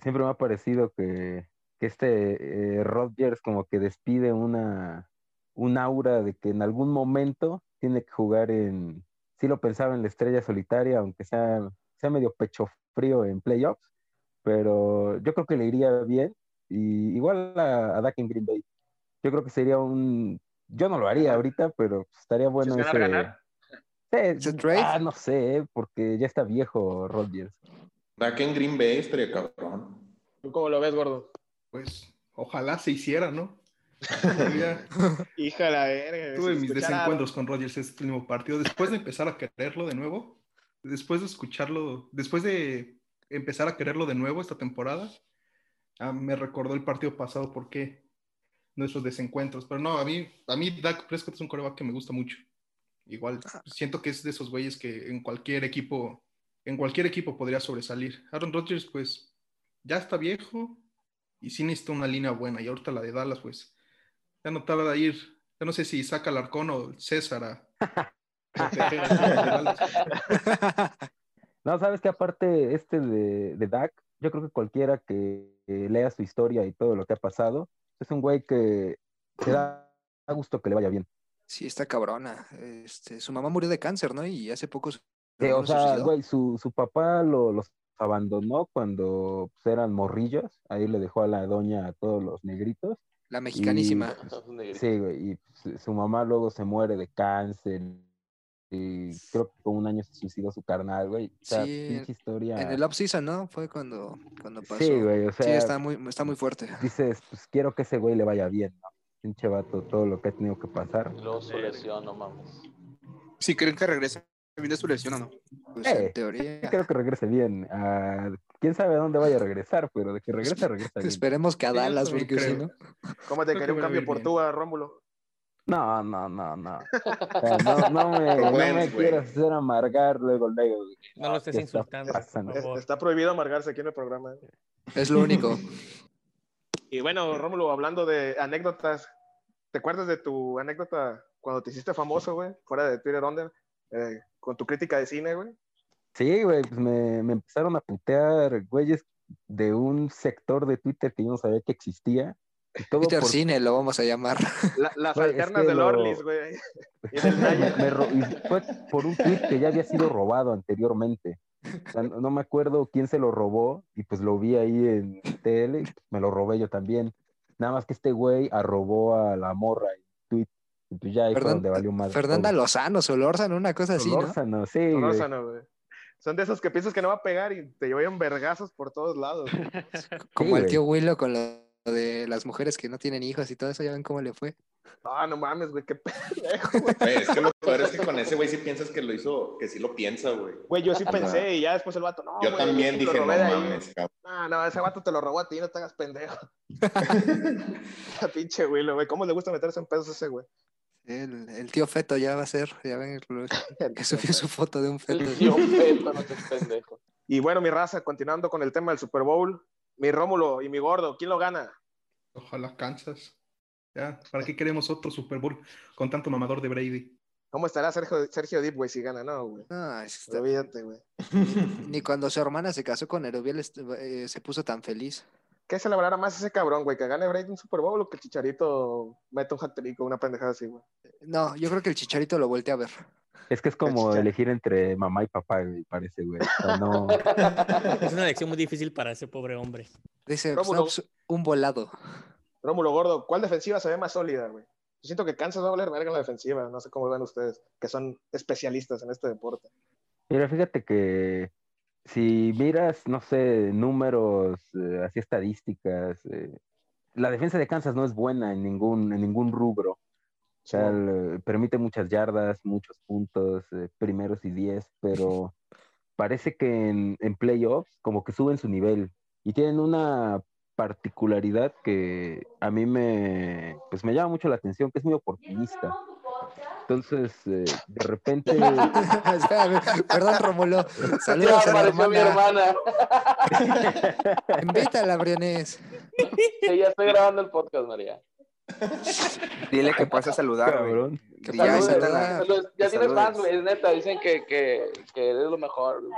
Speaker 9: siempre me ha parecido que, que este eh, Rodgers como que despide una, un aura de que en algún momento tiene que jugar en, sí lo pensaba en la estrella solitaria, aunque sea, sea medio pecho frío en playoffs, pero yo creo que le iría bien. Y igual a, a Dak en Green Bay. Yo creo que sería un, yo no lo haría ahorita, pero estaría bueno
Speaker 2: ganar,
Speaker 9: ese.
Speaker 2: ganar.
Speaker 9: Sí,
Speaker 3: ¿Ese trade?
Speaker 9: Ah, no sé, eh, porque ya está viejo Rodgers.
Speaker 7: Da que en Green Bay
Speaker 2: este
Speaker 7: estaría cabrón.
Speaker 2: ¿Tú cómo lo ves, gordo?
Speaker 10: Pues, ojalá se hiciera, ¿no? Yo ya
Speaker 2: Hija de la verga.
Speaker 10: tuve
Speaker 2: si
Speaker 10: mis
Speaker 2: escuchara-
Speaker 10: desencuentros con Rogers este último partido. Después de empezar a quererlo de nuevo, después de escucharlo, después de empezar a quererlo de nuevo esta temporada, ah, me recordó el partido pasado por qué nuestros desencuentros. Pero no, a mí, a mí Dak Prescott es un coreback que me gusta mucho. Igual, siento que es de esos güeyes que en cualquier equipo, en cualquier equipo podría sobresalir. Aaron Rodgers, pues, ya está viejo y sí necesita una línea buena. Y ahorita la de Dallas, pues, ya no tarda a ir. Yo no sé si saca Alarcón o César a proteger a los rivales.
Speaker 9: No, sabes que aparte este de, de Dak, yo creo que cualquiera que, que lea su historia y todo lo que ha pasado, es un güey que te da da gusto que le vaya bien.
Speaker 3: Sí, está cabrona. Este, su mamá murió de cáncer, ¿no? Y hace poco su
Speaker 9: Sí,
Speaker 3: hermano
Speaker 9: Eh, o sea,
Speaker 3: suicidó.
Speaker 9: güey, su, su papá lo- los abandonó cuando pues, eran morrillos. Ahí le dejó a la doña a todos los negritos.
Speaker 3: La mexicanísima.
Speaker 5: Es un negrito.
Speaker 9: Sí, güey, y su- su mamá luego se muere de cáncer. Y creo que con un año se suicidó su carnal, güey. O sea,
Speaker 3: Sí,
Speaker 9: pinche historia.
Speaker 3: En el off-season, ¿no? Fue cuando, cuando pasó.
Speaker 9: sí, güey, o sea,
Speaker 3: Sí, está muy,
Speaker 9: [laughs]
Speaker 3: está muy fuerte.
Speaker 9: dices, pues quiero que ese güey le vaya bien, ¿no? Pinche vato, todo lo que ha tenido que pasar.
Speaker 5: Y luego su lesión, no mames.
Speaker 4: Si creen que regrese bien de su lesión o no.
Speaker 3: Pues, en
Speaker 9: Eh,
Speaker 3: teoría.
Speaker 9: Yo creo que regrese bien. Ah, quién sabe a dónde vaya a regresar, pero de que regrese, regresa bien.
Speaker 3: Esperemos que a
Speaker 10: Sí, yo
Speaker 3: Dallas,
Speaker 10: también
Speaker 3: porque si
Speaker 10: creo.
Speaker 3: no.
Speaker 10: Creo
Speaker 2: ¿Cómo te
Speaker 10: que
Speaker 2: quería un
Speaker 10: me va a
Speaker 2: cambio
Speaker 10: ir
Speaker 2: por
Speaker 10: bien.
Speaker 2: tú, a Rómulo?
Speaker 9: No, no, no,
Speaker 6: [laughs]
Speaker 9: no. O sea, no, no me, no
Speaker 7: Bueno,
Speaker 9: me
Speaker 7: güey.
Speaker 9: quieras hacer amargar luego, luego. güey.
Speaker 6: No lo estés
Speaker 9: ¿qué está
Speaker 6: insultando, por
Speaker 9: pasando?
Speaker 6: favor.
Speaker 2: Está prohibido amargarse aquí en el programa. ¿eh?
Speaker 3: Es lo único.
Speaker 2: Y bueno, Rómulo, hablando de anécdotas, ¿te acuerdas de tu anécdota cuando te hiciste famoso, güey? Fuera de Twitter Under, eh, con tu crítica de cine, güey.
Speaker 9: Sí, güey, pues me, me empezaron a putear güeyes de un sector de Twitter que yo no sabía que existía. Y todo
Speaker 3: Peter
Speaker 9: por-
Speaker 3: Cine lo vamos a llamar.
Speaker 2: La- las
Speaker 9: Güey, es
Speaker 2: alternas
Speaker 9: que
Speaker 2: del
Speaker 9: lo-
Speaker 2: Orlis, güey. Y del
Speaker 9: [laughs] me-
Speaker 2: Naya.
Speaker 9: me ro- y fue por un tweet que ya había sido robado anteriormente. O sea, no, no me acuerdo quién se lo robó y pues lo vi ahí en tele, y me lo robé yo también. Nada más que este güey arrobó a la morra en tweet. Y pues ya ahí fue
Speaker 3: Fernan-
Speaker 9: donde valió más.
Speaker 3: Fernanda Lozano, Solórzano, una cosa así, ¿no?
Speaker 9: Solórzano, sí, güey.
Speaker 2: Solórzano, güey. Son de esos que piensas que no va a pegar y te llevan vergazos por todos lados. güey.
Speaker 9: [laughs]
Speaker 3: Como el
Speaker 9: güey.
Speaker 3: tío Willow con lo de las mujeres que no tienen hijos y todo eso, ya ven cómo le fue.
Speaker 2: Ah, No, no mames, güey, qué [laughs] pendejo.
Speaker 7: Güey, es que lo peor es que con ese güey sí piensas que lo hizo, que sí lo piensa, güey.
Speaker 2: Güey, yo sí pensé y ya después el vato, no,
Speaker 7: Ah, Yo
Speaker 2: güey,
Speaker 7: también
Speaker 2: te
Speaker 7: dije,
Speaker 2: lo
Speaker 7: no
Speaker 2: robé de ahí".
Speaker 7: mames, cabrón.
Speaker 2: No, no, ese vato te lo robó a ti, no te
Speaker 7: [laughs]
Speaker 2: hagas pendejo. [laughs] La pinche Willow, güey, ¿cómo le gusta meterse en pesos a ese güey?
Speaker 3: El, el tío Feto ya va a ser, ya ven, lo- que subió su foto de un feto.
Speaker 5: El
Speaker 3: [laughs]
Speaker 5: tío Beto, no seas pendejo.
Speaker 2: Y bueno, mi raza, continuando con el tema del Super Bowl, mi Rómulo y mi Gordo, ¿quién lo gana?
Speaker 10: Ojalá Kansas. Ya, ¿para qué queremos otro Super Bowl con tanto mamador de Brady?
Speaker 2: ¿Cómo estará Sergio, Sergio Deep, güey, si gana? No, güey.
Speaker 3: No, Ah, es-
Speaker 2: Olvídate, güey.
Speaker 3: ni cuando su hermana se [laughs] casó con Erubiel est- eh, se puso tan feliz.
Speaker 2: ¿Qué celebrará más ese cabrón, güey? ¿Que gane Brady un Super Bowl o que el Chicharito meta un hat-trick o una pendejada así, güey?
Speaker 3: Eh, No, yo creo que el chicharito lo volteé a ver.
Speaker 9: Es que es como
Speaker 2: chichar-
Speaker 9: elegir entre mamá y papá, me parece, güey. O sea, no,
Speaker 6: Es una elección muy difícil para ese pobre hombre.
Speaker 3: Dice, pues, no,
Speaker 2: Rómulo.
Speaker 3: pues, un volado.
Speaker 2: Rómulo Gordo, ¿cuál defensiva se ve más sólida, güey? Yo siento que Kansas va a valer verga en la defensiva, no sé cómo vean ustedes, que son especialistas en este deporte.
Speaker 9: Mira, fíjate que si miras, no sé, números, eh, así estadísticas, eh, la defensa de Kansas no es buena en ningún, en ningún rubro. O sea, le- permite muchas yardas, muchos puntos, eh, primeros y diez, pero parece que en, en playoffs como que suben su nivel y tienen una particularidad que a mí me, pues me llama mucho la atención, que es muy oportunista. Entonces, eh, de repente...
Speaker 3: Espérame, perdón, Romulo.
Speaker 5: Ya
Speaker 3: Saludos a la
Speaker 5: apareció mi
Speaker 3: hermana.
Speaker 5: hermana.
Speaker 3: Invítala, Briones.
Speaker 5: Sí, ya estoy grabando el podcast, María.
Speaker 11: Dile que pase a saludar, güey.
Speaker 9: Cabrón.
Speaker 3: Que
Speaker 11: Y
Speaker 3: pase a
Speaker 11: ahí está la-
Speaker 3: saludar.
Speaker 5: Saludos. Ya
Speaker 11: que
Speaker 5: tienes
Speaker 11: saludes.
Speaker 5: fans, güey. Es neta, dicen que, que, que eres lo mejor. güey,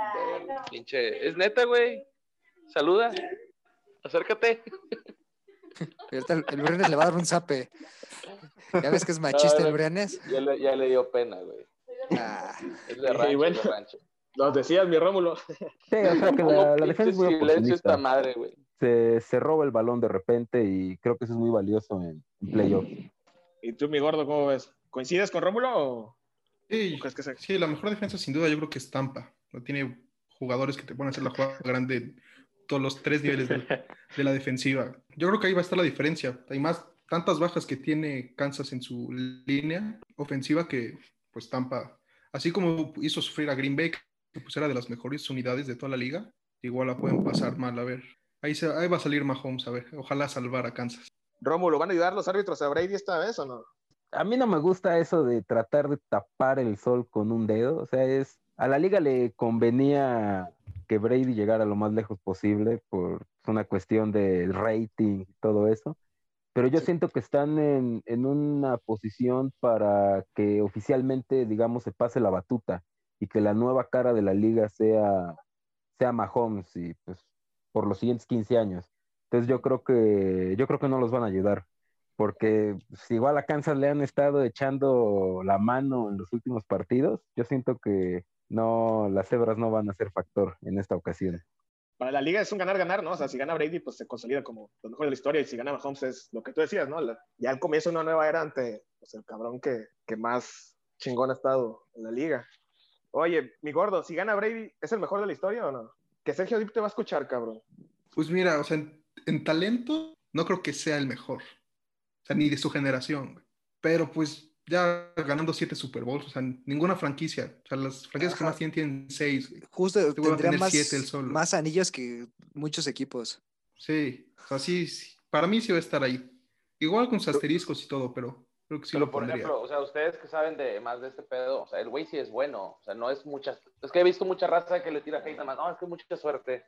Speaker 5: Pinche. Es neta, güey. Saluda. Acércate.
Speaker 3: Y ahorita El, el Briones le va a dar un zape. ¿Ya ves que es machista el Briones?
Speaker 5: Ya le, ya le dio pena, güey.
Speaker 3: Ah,
Speaker 5: Es de rancho,
Speaker 2: bueno.
Speaker 5: es de rancho.
Speaker 2: Los decías, mi Rómulo.
Speaker 9: Sí, o sea que la,
Speaker 5: Como
Speaker 9: la defensa es muy
Speaker 5: pinche silencio esta
Speaker 9: oportunista.
Speaker 5: madre, güey.
Speaker 9: Se, se roba el balón de repente y creo que eso es muy valioso en, en playoff.
Speaker 2: ¿Y tú, mi Gordo, cómo ves? ¿Coincides con Rómulo o
Speaker 10: Sí,
Speaker 2: crees que se...
Speaker 10: sí, la mejor defensa sin duda yo creo que es Tampa. No tiene jugadores que te puedan hacer la jugada grande en todos los tres niveles de, de la defensiva. Yo creo que ahí va a estar la diferencia. Hay más tantas bajas que tiene Kansas en su línea ofensiva que pues Tampa, así como hizo sufrir a Green Bay, que pues era de las mejores unidades de toda la liga, igual la pueden pasar mal, a ver. Ahí, se- ahí va a salir Mahomes, a ver. Ojalá salvar a Kansas.
Speaker 2: Rómulo, ¿van a ayudar los árbitros a Brady esta vez o no?
Speaker 9: A mí no me gusta eso de tratar de tapar el sol con un dedo. O sea, es a la liga le convenía que Brady llegara lo más lejos posible por una cuestión de rating y todo eso. Pero yo siento que están en, en una posición para que oficialmente, digamos, se pase la batuta y que la nueva cara de la liga sea, sea Mahomes y pues por los siguientes 15 años. Entonces yo creo que yo creo que no los van a ayudar porque si igual a Kansas le han estado echando la mano en los últimos partidos, yo siento que no, las cebras no van a ser factor en esta ocasión.
Speaker 2: Para la liga es un ganar-ganar, ¿no? O sea, si gana Brady, pues se consolida como lo mejor de la historia y si gana Mahomes es lo que tú decías, ¿no? La- ya al comienzo una nueva era ante pues, el cabrón que, que más chingón ha estado en la liga. Oye, mi Gordo, si gana Brady, ¿es el mejor de la historia o no? Que Sergio Dip te va a escuchar, cabrón.
Speaker 10: Pues mira, o sea, en, en talento no creo que sea el mejor. O sea, ni de su generación. güey. Pero pues ya ganando siete Super Bowls, o sea, ninguna franquicia. O sea, las franquicias que
Speaker 3: Ajá.
Speaker 10: más tienen tienen seis. güey.
Speaker 3: justo
Speaker 10: Este güey va a
Speaker 3: tendría
Speaker 10: tener
Speaker 3: más,
Speaker 10: siete el solo.
Speaker 3: más anillos que muchos equipos.
Speaker 10: Sí, o sea, sí, sí. Para mí sí va a estar ahí. Igual con sus asteriscos y todo, pero creo que sí
Speaker 5: Pero
Speaker 10: lo
Speaker 5: por
Speaker 10: pondría.
Speaker 5: ejemplo, o sea, ustedes que saben de más de este pedo, o sea, el güey sí es bueno, o sea, no es mucha, es que he visto mucha raza que le tira hate nada más, no, es que es mucha suerte.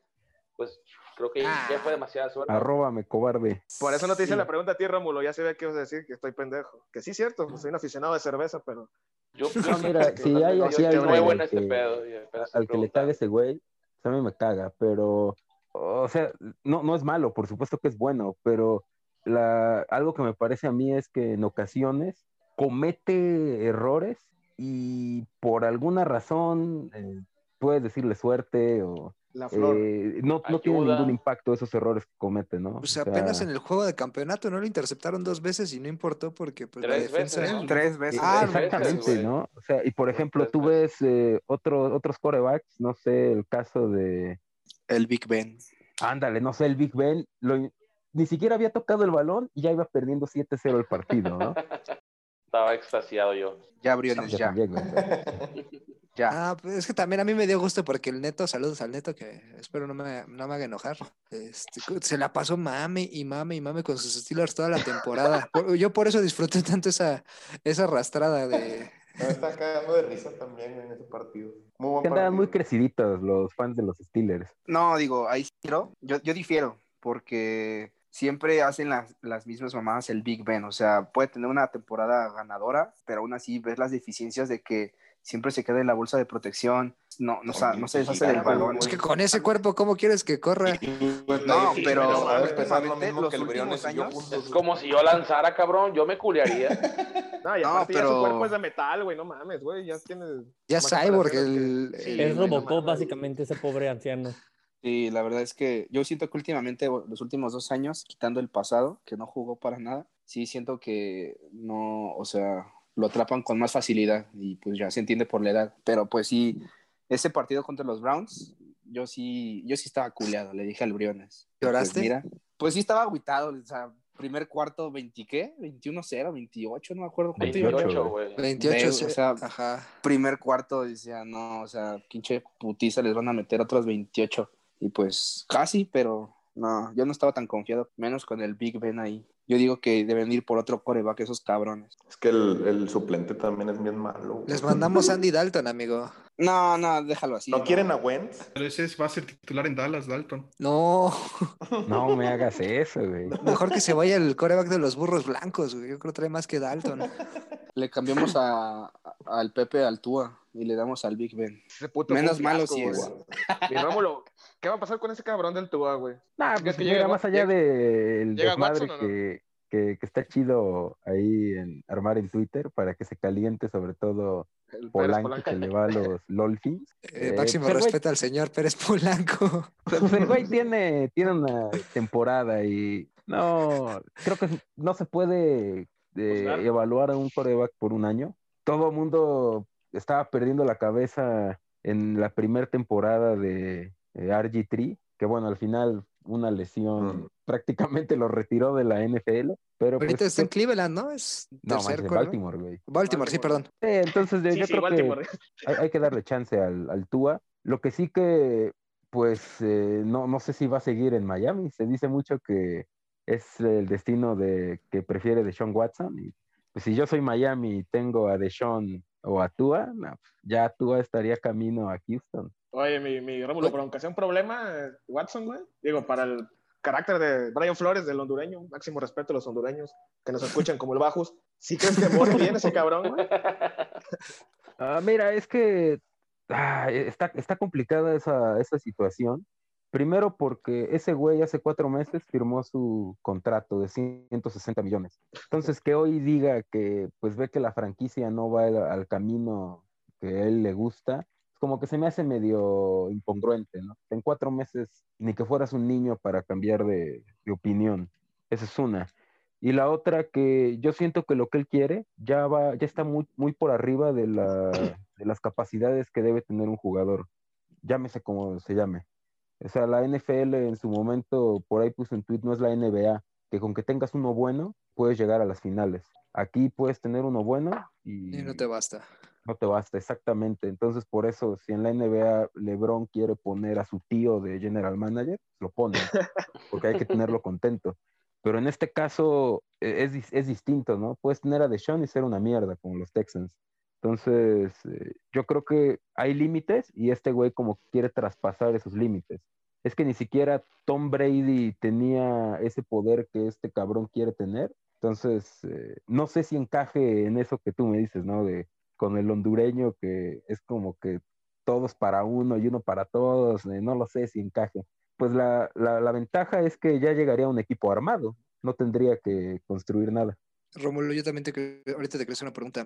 Speaker 5: Pues creo que
Speaker 11: Ah.
Speaker 5: ya fue demasiada suerte. [laughs]
Speaker 9: Arróbame, cobarde.
Speaker 2: Por eso no te hice
Speaker 3: Sí.
Speaker 2: la pregunta a ti, Rómulo. Ya se ve que ibas a decir que estoy pendejo. Que sí, cierto, pues, soy un aficionado de cerveza, pero
Speaker 5: Yo creo
Speaker 9: [laughs] No, mira,
Speaker 5: que
Speaker 9: si
Speaker 5: no
Speaker 9: hay,
Speaker 5: tengo-
Speaker 9: aquí
Speaker 5: yo
Speaker 9: hay
Speaker 5: estoy nuevo en
Speaker 9: al
Speaker 5: este
Speaker 9: que-
Speaker 5: pedo. y apenas
Speaker 9: al que le
Speaker 5: preguntando.
Speaker 9: cague ese güey, pues a mí me caga, pero, o sea, no, no es malo, por supuesto que es bueno, pero la, algo que me parece a mí es que en ocasiones comete errores y por alguna razón eh, puedes decirle suerte o
Speaker 2: la flor.
Speaker 9: Eh, no, no tiene
Speaker 5: Ayuda.
Speaker 9: ningún impacto esos errores que comete, ¿no?
Speaker 3: Pues
Speaker 9: O sea,
Speaker 3: apenas en el juego de campeonato no lo interceptaron dos veces y no importó porque pues, la
Speaker 5: Tres
Speaker 3: defensa.
Speaker 5: veces, ¿no?
Speaker 11: Tres veces.
Speaker 3: Ah,
Speaker 9: Exactamente,
Speaker 5: güey.
Speaker 9: ¿no? O sea, y por ejemplo, tú ves eh, otro- otros corebacks, no sé, el caso de,
Speaker 4: El Big Ben.
Speaker 9: ándale, no sé, el Big Ben, lo, in- ni siquiera había tocado el balón y ya iba perdiendo 7-0 el partido,
Speaker 5: [laughs]
Speaker 9: ¿no?
Speaker 5: Estaba extasiado yo.
Speaker 11: Ya, Briones, ya.
Speaker 9: también, güey.
Speaker 3: Ah, pues es que también a mí me dio gusto porque el neto, saludos al neto, que espero no me, no me haga enojar. este, se la pasó mame y mame y mame con sus Steelers toda la temporada. Por- yo por eso disfruté tanto esa, esa arrastrada de.
Speaker 7: Me están cagando de risa también en ese partido. Muy buen
Speaker 9: Que andaban muy
Speaker 7: partido.
Speaker 9: creciditos los fans de los Steelers.
Speaker 11: No, digo, ahí sí quiero. Yo, yo difiero, porque siempre hacen las, las mismas mamadas el Big Ben. O sea, puede tener una temporada ganadora, pero aún así ves las deficiencias de que siempre se queda en la bolsa de protección, no, no, sa- no se deshace del balón.
Speaker 3: Es que con ese cuerpo, ¿cómo quieres que corra?
Speaker 5: pues,
Speaker 11: No,
Speaker 7: Sí,
Speaker 11: pero
Speaker 7: va a pesar lo
Speaker 11: últimamente,
Speaker 7: mismo
Speaker 11: los
Speaker 7: que el Briones
Speaker 11: últimos
Speaker 7: y yo
Speaker 11: años,
Speaker 7: juntos,
Speaker 5: Es
Speaker 7: güey.
Speaker 5: como si yo lanzara, cabrón, yo me culearía.
Speaker 2: No, y
Speaker 11: No,
Speaker 2: aparte ya
Speaker 11: pero-
Speaker 2: su cuerpo es de metal, güey, no mames, güey, ya tienes...
Speaker 3: Ya
Speaker 2: más
Speaker 3: Cyborg,
Speaker 2: operaciones que-
Speaker 3: el. el-
Speaker 6: Es Robocop,
Speaker 2: mames.
Speaker 6: básicamente, ese pobre anciano.
Speaker 4: Sí, la verdad es que yo siento que últimamente, o- los últimos dos años, quitando el pasado, que no jugó para nada, sí siento que no, o sea, lo atrapan con más facilidad y pues ya se entiende por la edad. Pero pues sí, ese partido contra los Browns, yo sí, yo sí estaba culeado, le dije al Briones. Y,
Speaker 3: ¿Lloraste?
Speaker 4: Pues, mira, pues sí estaba agüitado, o sea, primer cuarto, 20, ¿qué? 21-0, 28, no me acuerdo cuánto iba.
Speaker 5: 28, güey.
Speaker 3: 28,
Speaker 4: Ve, o sea,
Speaker 3: ajá.
Speaker 4: primer cuarto decía, no, o sea, pinche putiza, les van a meter otros 28. Y pues casi, pero no, yo no estaba tan confiado, menos con el Big Ben ahí. Yo digo que deben ir por otro coreback esos cabrones.
Speaker 7: Es que el, el suplente también es bien malo. güey.
Speaker 3: Les mandamos Andy Dalton, amigo.
Speaker 4: No, no, déjalo así.
Speaker 7: ¿No quieren a Wentz?
Speaker 10: Pero ese es- va a ser titular en Dallas, Dalton.
Speaker 7: [laughs]
Speaker 3: No,
Speaker 9: No me hagas eso, güey.
Speaker 3: mejor que se vaya el coreback de los burros blancos, güey. Yo creo que trae más que Dalton. Eh,
Speaker 4: Le cambiamos a, a- al Pepe al Tua y le damos al Big Ben.
Speaker 2: Ese puto
Speaker 4: Menos
Speaker 2: fue un
Speaker 4: malo
Speaker 2: fiasco,
Speaker 4: sí es.
Speaker 11: [laughs]
Speaker 2: güey. Y Rómulo, ¿qué va a pasar con ese cabrón del Tua, güey?
Speaker 9: Nah,
Speaker 12: ¿Crees
Speaker 9: pues
Speaker 12: que
Speaker 9: mira,
Speaker 12: llegue Wa-
Speaker 9: más allá
Speaker 12: Ah, llega-
Speaker 9: del
Speaker 12: llega
Speaker 9: desmadre
Speaker 12: Watson o no?
Speaker 9: que, que, que está chido ahí en armar en Twitter para que se caliente, sobre todo
Speaker 2: El
Speaker 9: Polanco que le va a los Lolfins.
Speaker 3: Eh,
Speaker 9: Eh,
Speaker 3: máximo
Speaker 9: pero, güey,
Speaker 3: respeto al señor Pérez Polanco.
Speaker 9: [laughs] Pues el
Speaker 3: [laughs]
Speaker 9: güey tiene, tiene una temporada y no, creo que no se puede eh,
Speaker 2: Juzgar.
Speaker 9: evaluar a un coreback por un año. Todo el mundo estaba perdiendo la cabeza en la primera temporada de eh, RG3, que bueno, al final una lesión
Speaker 7: Mm.
Speaker 9: prácticamente lo retiró de la NFL, pero
Speaker 3: Ahorita
Speaker 9: pues,
Speaker 3: está en Cleveland, ¿no? Es
Speaker 9: no, manches,
Speaker 3: tercer
Speaker 9: en
Speaker 3: quarterback.
Speaker 9: Baltimore, güey.
Speaker 3: Baltimore, sí, perdón.
Speaker 9: Sí, entonces yo,
Speaker 2: Sí,
Speaker 9: yo
Speaker 2: sí,
Speaker 9: creo que
Speaker 2: Baltimore. [laughs]
Speaker 9: hay, hay que darle chance al, al Tua. Lo que sí que, pues, eh, no, no sé si va a seguir en Miami. Se dice mucho que es el destino de que prefiere Deshaun Watson. Y, pues, si yo soy Miami y tengo a Deshaun o a Tua, no, pues, ya Tua estaría camino a Houston.
Speaker 2: Oye, mi, mi Rómulo, pero aunque sea un problema, eh, Watson, güey, digo, para el carácter de Brian Flores, del hondureño, máximo respeto a los hondureños que nos escuchan como el Bajus, ¿sí crees que muere bien ese cabrón, güey?
Speaker 9: Ah, mira, es que ah, está, está complicada esa, esa situación. Primero porque ese güey hace cuatro meses firmó su contrato de 160 millones. Entonces que hoy diga que pues ve que la franquicia no va al, al camino que a él le gusta, es como que se me hace medio incongruente, ¿no? En cuatro meses ni que fueras un niño para cambiar de, de opinión. Esa es una. Y la otra que yo siento que lo que él quiere ya va, ya está muy, muy por arriba de, la, de las capacidades que debe tener un jugador, llámese como se llame. O sea, la NFL en su momento, por ahí puso un tweet, no es la NBA, que con que tengas uno bueno, puedes llegar a las finales. Aquí puedes tener uno bueno y,
Speaker 3: Y no te basta.
Speaker 9: no te basta, exactamente. Entonces, por eso, si en la NBA LeBron quiere poner a su tío de general manager, pues lo pone, porque hay que tenerlo contento. Pero en este caso eh, es, dis- es distinto, ¿no? Puedes tener a DeShaun y ser una mierda, como los Texans. Entonces, eh, yo creo que hay límites y este güey como que quiere traspasar esos límites. Es que ni siquiera Tom Brady tenía ese poder que este cabrón quiere tener. Entonces, eh, no sé si encaje en eso que tú me dices, ¿no? De con el hondureño que es como que todos para uno y uno para todos, eh, no lo sé si encaje. Pues la, la, la ventaja es que ya llegaría un equipo armado, no tendría que construir nada.
Speaker 3: Romulo, yo también te cre- ahorita te quiero hacer una pregunta.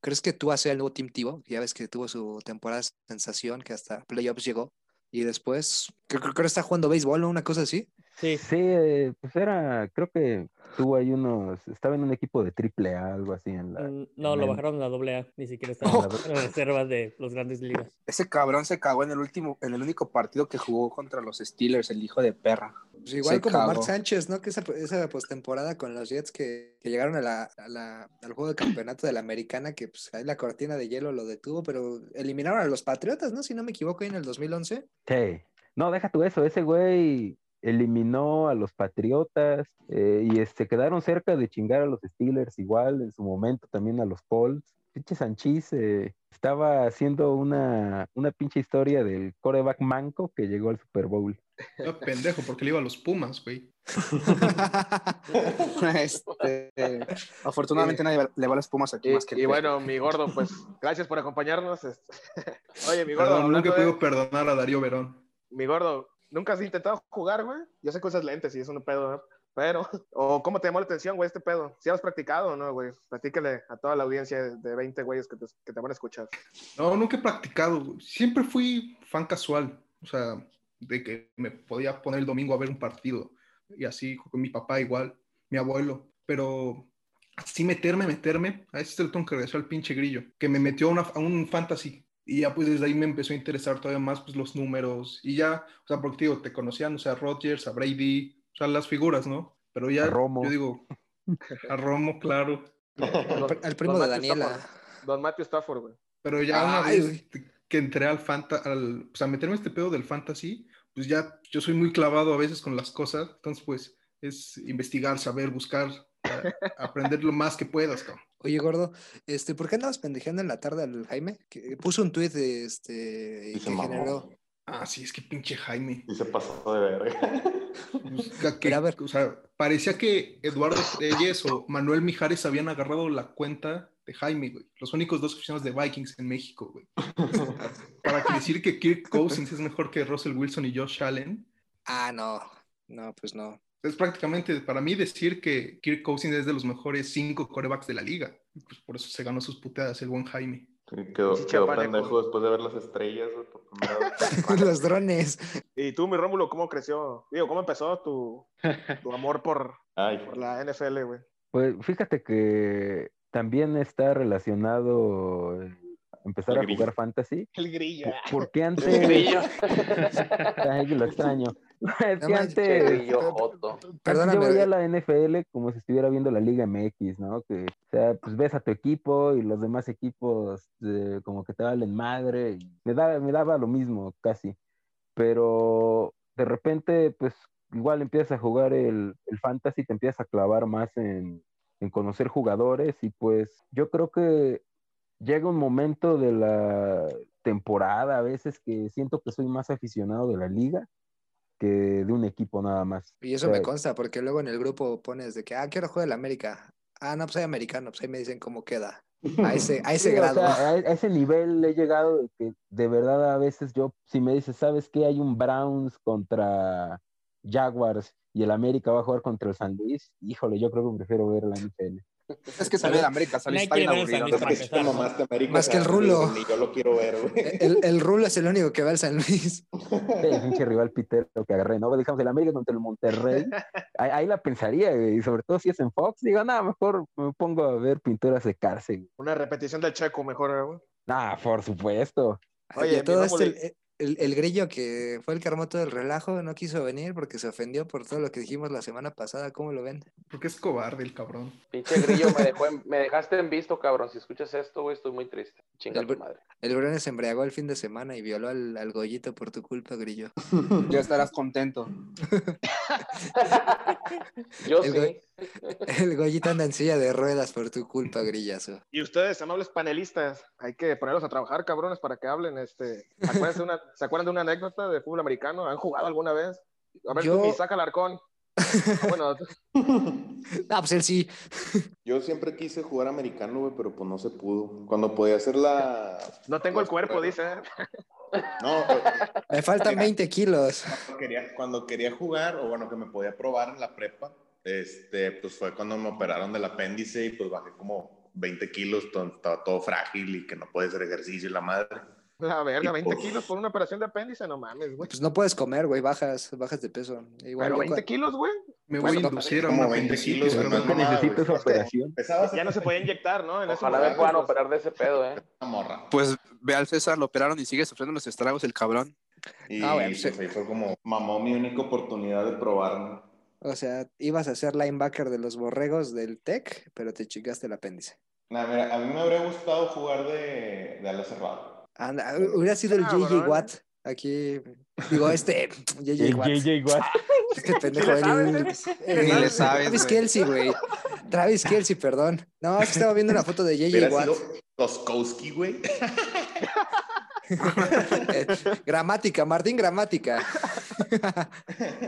Speaker 3: ¿Crees que tú haces el nuevo Team Tivo? Ya ves que tuvo su temporada sensación que hasta playoffs llegó y después creo creo que ahora está jugando béisbol o una cosa así.
Speaker 6: Sí,
Speaker 9: Sí, eh, pues era, creo que tuvo ahí unos, estaba en un equipo de triple A, algo así en la...
Speaker 6: mm, no, lo
Speaker 9: en-
Speaker 6: bajaron a la doble A, ni siquiera está en
Speaker 9: Oh.
Speaker 6: las reservas de los grandes ligas.
Speaker 4: Ese cabrón se cagó en el último, en el único partido que jugó contra los Steelers, el hijo de perra.
Speaker 3: Pues igual
Speaker 11: Se
Speaker 3: como
Speaker 11: cagó.
Speaker 3: Mark Sánchez, ¿no? Que esa, esa postemporada con los Jets que, que llegaron a la, a la- al juego de campeonato de la Americana, que pues ahí la cortina de hielo lo detuvo, pero eliminaron a los Patriotas, ¿no? Si no me equivoco, ahí en el 2011.
Speaker 9: Sí. No, deja tú eso. Ese güey eliminó a los Patriotas eh, y este, quedaron cerca de chingar a los Steelers igual, en su momento también a los Colts. Pinche Sanchís eh, estaba haciendo una, una pinche historia del coreback manco que llegó al Super Bowl.
Speaker 10: Ah, pendejo, porque le iba a los Pumas, güey.
Speaker 11: [laughs] Este,
Speaker 10: Eh,
Speaker 11: afortunadamente nadie va- le va a las pumas aquí
Speaker 2: Y,
Speaker 11: más que el
Speaker 2: y
Speaker 11: Pepe.
Speaker 2: bueno,
Speaker 10: [laughs]
Speaker 2: mi gordo, pues gracias por acompañarnos. este. [laughs] Oye, mi gordo,
Speaker 10: Perdón, Ah, nunca
Speaker 2: hablando
Speaker 10: he
Speaker 2: de-
Speaker 10: podido perdonar a Darío Verón.
Speaker 2: mi gordo, ¿nunca has intentado jugar, güey? Yo sé que usas lentes y es un pedo, ¿no? Pero, [laughs] o ¿cómo te llamó la atención, güey, este pedo? ¿Si has practicado o no, güey? Platícale a toda la audiencia de- de 20 güeyes que te, que te van a
Speaker 3: [laughs]
Speaker 2: escuchar.
Speaker 10: No, nunca he practicado. güey. Siempre fui fan casual. O sea, de que me podía poner el domingo a ver un partido. Y así, con mi papá igual, mi abuelo. Pero así meterme, meterme. A ese le tengo que regresar al pinche grillo. Que me metió a, una- a un fantasy. Y ya pues desde ahí me empezó a interesar todavía más pues los números. Y ya, o sea, porque te digo, te conocían, o sea, a Rodgers, a Brady, o sea, las figuras, ¿no? Pero ya,
Speaker 9: A Romo.
Speaker 10: yo digo, a Romo, claro.
Speaker 2: Don-
Speaker 3: Al primo
Speaker 2: Don Matthew
Speaker 3: de Daniela.
Speaker 2: Stafford. Don Matthew Stafford, güey.
Speaker 10: Pero ya una
Speaker 3: Ay,
Speaker 10: vez que entré al fanta, al, pues a meterme este pedo del fantasy, pues ya yo soy muy clavado a veces con las cosas, entonces pues es investigar, saber, buscar, a- aprender lo más que puedas, cabrón.
Speaker 3: Oye, gordo, este, ¿por qué andabas pendejeando en la tarde al Jaime? Que puso un tuit de, este, y
Speaker 7: se
Speaker 3: que
Speaker 7: mamó.
Speaker 3: generó.
Speaker 10: Ah, sí, es que pinche Jaime.
Speaker 7: Y se pasó de verga.
Speaker 10: Pues, ca- que-
Speaker 3: a ver.
Speaker 10: O sea, parecía que Eduardo Reyes o Manuel Mijares habían agarrado la cuenta de Jaime, güey. Los únicos dos aficionados de Vikings en México, güey. Para que decir que Kirk Cousins es mejor que Russell Wilson y Josh Allen,
Speaker 3: Ah, no. No, pues no.
Speaker 10: Es prácticamente para mí decir que Kirk Cousins es de los mejores cinco corebacks de la liga. Y Pues por eso se ganó sus puteadas el buen Jaime.
Speaker 7: Y Quedó,
Speaker 2: Sí,
Speaker 7: quedó
Speaker 2: chapaneco.
Speaker 7: pendejo después de ver las estrellas, güey, por primera vez.
Speaker 3: Los drones.
Speaker 2: [laughs] Y tú, mi Rómulo, ¿cómo creció? Digo, ¿cómo empezó tu, tu amor por,
Speaker 7: Ay,
Speaker 2: por la NFL, güey?
Speaker 9: Pues fíjate que también está relacionado eh, empezar
Speaker 7: El
Speaker 9: a
Speaker 7: grillo.
Speaker 9: jugar fantasy.
Speaker 2: El grillo.
Speaker 9: Porque
Speaker 5: El
Speaker 9: antes.
Speaker 5: grillo.
Speaker 9: [laughs] Ay, lo extraño. [laughs] Es
Speaker 3: No
Speaker 9: que
Speaker 3: manches.
Speaker 5: El
Speaker 9: antes.
Speaker 5: grillo joto.
Speaker 9: Antes yo
Speaker 3: Perdóname. eh.
Speaker 9: veía la NFL como si estuviera viendo la Liga MX, ¿no? Que, o sea, pues ves a tu equipo y los demás equipos eh, como que te valen madre. y me, daba, me daba lo mismo, casi. Pero de repente, pues igual empiezas a jugar el, el fantasy, te empiezas a clavar más en, en conocer jugadores y pues yo creo que llega un momento de la temporada a veces que siento que soy más aficionado de la liga que de un equipo nada más.
Speaker 3: Y eso
Speaker 9: O sea,
Speaker 3: me consta, porque luego en el grupo pones de que, ah, quiero jugar el América. Ah, no, pues soy americano, pues ahí me dicen cómo queda. A ese, a ese
Speaker 9: Sí, o
Speaker 3: grado.
Speaker 9: sea, a a ese nivel he llegado de que de verdad a veces yo, si me dices, ¿sabes qué? Hay un Browns contra Jaguars y el América va a jugar contra el San Luis. Híjole, yo creo que prefiero ver la NFL.
Speaker 11: Es que salir de América, salir
Speaker 6: Nadie
Speaker 11: está
Speaker 6: quiere
Speaker 11: bien
Speaker 6: ver el San
Speaker 11: aburrido.
Speaker 6: Luis para
Speaker 11: ¿no?
Speaker 6: empezar. ¿no?
Speaker 3: Más que el rulo.
Speaker 7: Ni yo lo quiero ver, güey.
Speaker 3: El, el Rulo es el único que va al
Speaker 9: [laughs]
Speaker 3: San Luis.
Speaker 9: El pinche rival pitero que agarré, ¿no? Dejamos el América contra el Monterrey. Ahí, ahí la pensaría, güey, y sobre todo si es en Fox. Digo, nada, mejor me pongo a ver pinturas de cárcel.
Speaker 2: Una repetición del checo, mejor, eh, güey.
Speaker 9: Ah, por supuesto.
Speaker 2: Oye,
Speaker 3: y a
Speaker 2: mi
Speaker 3: todo
Speaker 2: Rómulo,
Speaker 3: este, el, el- el grillo que fue el que armó todo el relajo, no quiso venir porque se ofendió por todo lo que dijimos la semana pasada. ¿Cómo lo ven?
Speaker 10: Porque es cobarde el cabrón.
Speaker 5: Pinche grillo, me, dejó en- me dejaste en visto, cabrón. Si escuchas esto, güey, estoy muy triste. Chinga
Speaker 3: El
Speaker 5: tu
Speaker 3: br-
Speaker 5: madre.
Speaker 3: [laughs] El Briones se embriagó el fin de semana y violó al, al Goyito por tu
Speaker 10: [laughs]
Speaker 3: culpa, grillo.
Speaker 11: Ya estarás contento.
Speaker 5: Yo
Speaker 3: El
Speaker 5: sí.
Speaker 3: güey- El Goyito anda en silla de ruedas por tu culpa, grillazo.
Speaker 2: [laughs] Y ustedes, amables panelistas, hay que ponerlos a trabajar, cabrones, para que hablen. Este, acuérdense de una- ¿Se acuerdan de una anécdota de fútbol americano? ¿Han jugado alguna vez? A ver,
Speaker 3: Yo-
Speaker 2: tú, mi saca el arcón. Bueno,
Speaker 3: Ah, pues él sí.
Speaker 7: Yo siempre quise jugar americano, güey, pero pues no se pudo. Cuando podía hacer la.
Speaker 2: no tengo el
Speaker 7: Pues,
Speaker 2: cuerpo,
Speaker 7: dice.
Speaker 2: dice. ¿eh?
Speaker 7: No,
Speaker 3: Me faltan
Speaker 7: Mira.
Speaker 3: 20 kilos.
Speaker 7: cuando quería, cuando quería jugar, o bueno, que me podía probar en la prepa, este, pues fue cuando me operaron del apéndice y pues bajé como 20 kilos, to- estaba todo frágil y que no puede hacer ejercicio y la madre.
Speaker 2: La verga,
Speaker 7: Y
Speaker 2: 20
Speaker 7: por-
Speaker 2: kilos por una operación de apéndice, no mames, güey.
Speaker 3: Pues no puedes comer, güey, bajas, bajas de peso. Igual
Speaker 2: Pero
Speaker 3: yo
Speaker 2: 20
Speaker 3: cua-
Speaker 2: kilos, güey.
Speaker 10: Me
Speaker 3: Bueno,
Speaker 10: voy a inducir a
Speaker 7: como
Speaker 10: una
Speaker 7: 20 kilos,
Speaker 10: apendicitis, pero
Speaker 7: güey,
Speaker 10: no-
Speaker 7: no,
Speaker 9: Necesito esa
Speaker 7: güey.
Speaker 9: operación.
Speaker 7: Pesabas
Speaker 2: Ya no se podía inyectar, ¿no? En ese
Speaker 5: Ojalá me
Speaker 2: momento,
Speaker 5: puedan
Speaker 2: pues,
Speaker 5: operar de ese pedo, eh.
Speaker 7: una morra.
Speaker 11: Pues ve al César, lo operaron y sigue sufriendo los estragos el cabrón.
Speaker 7: Y
Speaker 3: Ah, bueno, pues,
Speaker 7: pues, ahí fue como, mamó mi única oportunidad de probarme.
Speaker 3: O sea, ibas a ser linebacker de los borregos del Tec, pero te chingaste el apéndice.
Speaker 7: Nah, mira, a mí me habría gustado jugar de, de ala cerrada.
Speaker 3: Anda, hubiera sido el
Speaker 12: Ah,
Speaker 3: JJ
Speaker 12: bueno,
Speaker 3: Watt. Aquí, digo, este [laughs] JJ Watt.
Speaker 9: JJ Watt.
Speaker 3: Este pendejo
Speaker 12: le
Speaker 3: de
Speaker 12: sabes,
Speaker 3: New-
Speaker 12: ¿eh?
Speaker 3: eh,
Speaker 11: Ni le sabes,
Speaker 3: Travis
Speaker 11: güey.
Speaker 3: Kelsey, güey. Travis Kelsey, perdón. No, es que estaba viendo una foto de JJ
Speaker 7: Hubiera
Speaker 3: Watt.
Speaker 7: sido Toskowski, güey.
Speaker 3: Eh,
Speaker 7: [laughs]
Speaker 3: gramática, Martín Gramática.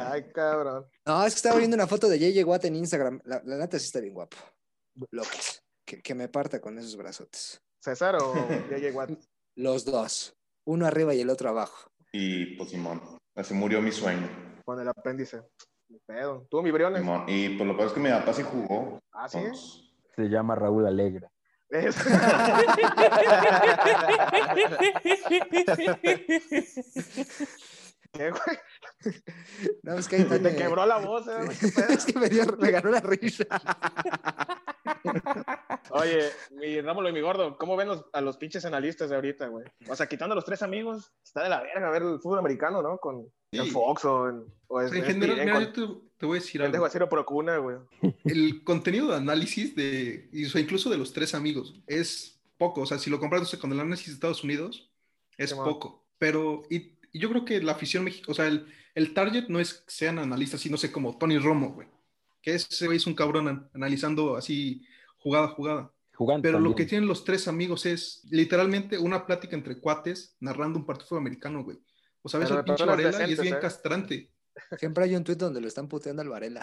Speaker 2: Ay, cabrón.
Speaker 3: No, es que estaba viendo una foto de JJ Watt en Instagram. La, la neta sí está bien guapo. López. Que, que me parta con esos brazotes.
Speaker 2: ¿César o JJ Watt?
Speaker 3: Los dos. Uno arriba y el otro abajo.
Speaker 7: Y pues Simón, así murió mi sueño.
Speaker 2: Con el apéndice. Ni
Speaker 3: [laughs]
Speaker 2: pedo. Tú, mi briones.
Speaker 7: Simón. Y pues lo peor es que [laughs]
Speaker 9: [laughs]
Speaker 7: mi papá sí jugó.
Speaker 2: Ah, sí.
Speaker 7: Entonces,
Speaker 9: Se llama Raúl Alegre.
Speaker 2: Es- ¿Qué, güey?
Speaker 3: No, es que ahí
Speaker 2: Se
Speaker 3: tiene-
Speaker 2: te quebró la voz, eh, güey. ¿Qué pedo?
Speaker 3: es que me, dio- me ganó la risa.
Speaker 2: [laughs] Oye, mi Rámulo y mi gordo, ¿cómo ven los- a los pinches analistas de ahorita, güey? O sea, quitando a los tres amigos, está de la verga ver el fútbol americano, ¿no? Con en
Speaker 10: Sí.
Speaker 2: Fox o en. O
Speaker 10: O sea, en
Speaker 2: ESPN,
Speaker 10: general, mira,
Speaker 2: con-
Speaker 10: yo te, te voy a decir
Speaker 2: Pendejo
Speaker 10: algo.
Speaker 2: así lo procura, güey.
Speaker 10: El contenido de análisis de, y, o sea, incluso de los tres amigos, es poco. O sea, si lo comparas o sea, con el análisis de Estados Unidos, es
Speaker 2: Simón.
Speaker 10: poco. Pero, y, y yo creo que la afición mexicana, o sea, el, el target no es que sean analistas, sino sé, como Tony Romo, güey. Que ese güey es un cabrón an- analizando así jugada a jugada.
Speaker 9: Jugando.
Speaker 10: Pero lo que
Speaker 9: también.
Speaker 10: tienen los tres amigos es literalmente una plática entre cuates narrando un partido americano, güey. O sea, ves
Speaker 2: Pero
Speaker 10: al
Speaker 2: de
Speaker 10: pinche
Speaker 2: personas
Speaker 10: Varela y es
Speaker 2: decentes,
Speaker 10: bien
Speaker 2: ¿eh?
Speaker 10: castrante. [laughs]
Speaker 3: Siempre hay un tuit donde lo están puteando al Varela.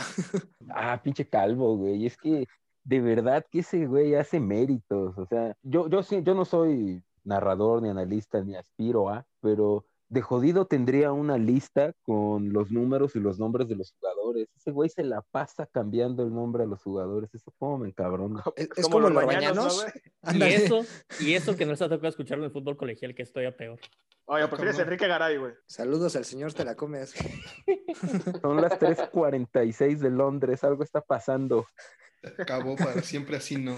Speaker 9: Ah, pinche calvo, güey. Es que de verdad que ese güey hace méritos. O sea, yo, yo sí, yo no soy narrador, ni analista, ni aspiro a, pero de jodido tendría una lista con los números y los nombres de los jugadores. Ese güey se la pasa cambiando el nombre a los jugadores. Eso como me encabrona.
Speaker 3: Es, es como, los
Speaker 2: bañanos,
Speaker 3: bañanos.
Speaker 2: güey?
Speaker 6: Y
Speaker 3: Ándale.
Speaker 6: eso, y eso que no se ha tocado escucharlo en el fútbol colegial, que estoy a peor.
Speaker 2: [laughs] Oye, prefieres
Speaker 10: Cabrón.
Speaker 2: Enrique Garay, güey.
Speaker 3: Saludos al señor, te la comes. [laughs]
Speaker 9: Son las 3:46 de Londres, algo está pasando.
Speaker 10: Acabó para siempre así, ¿no?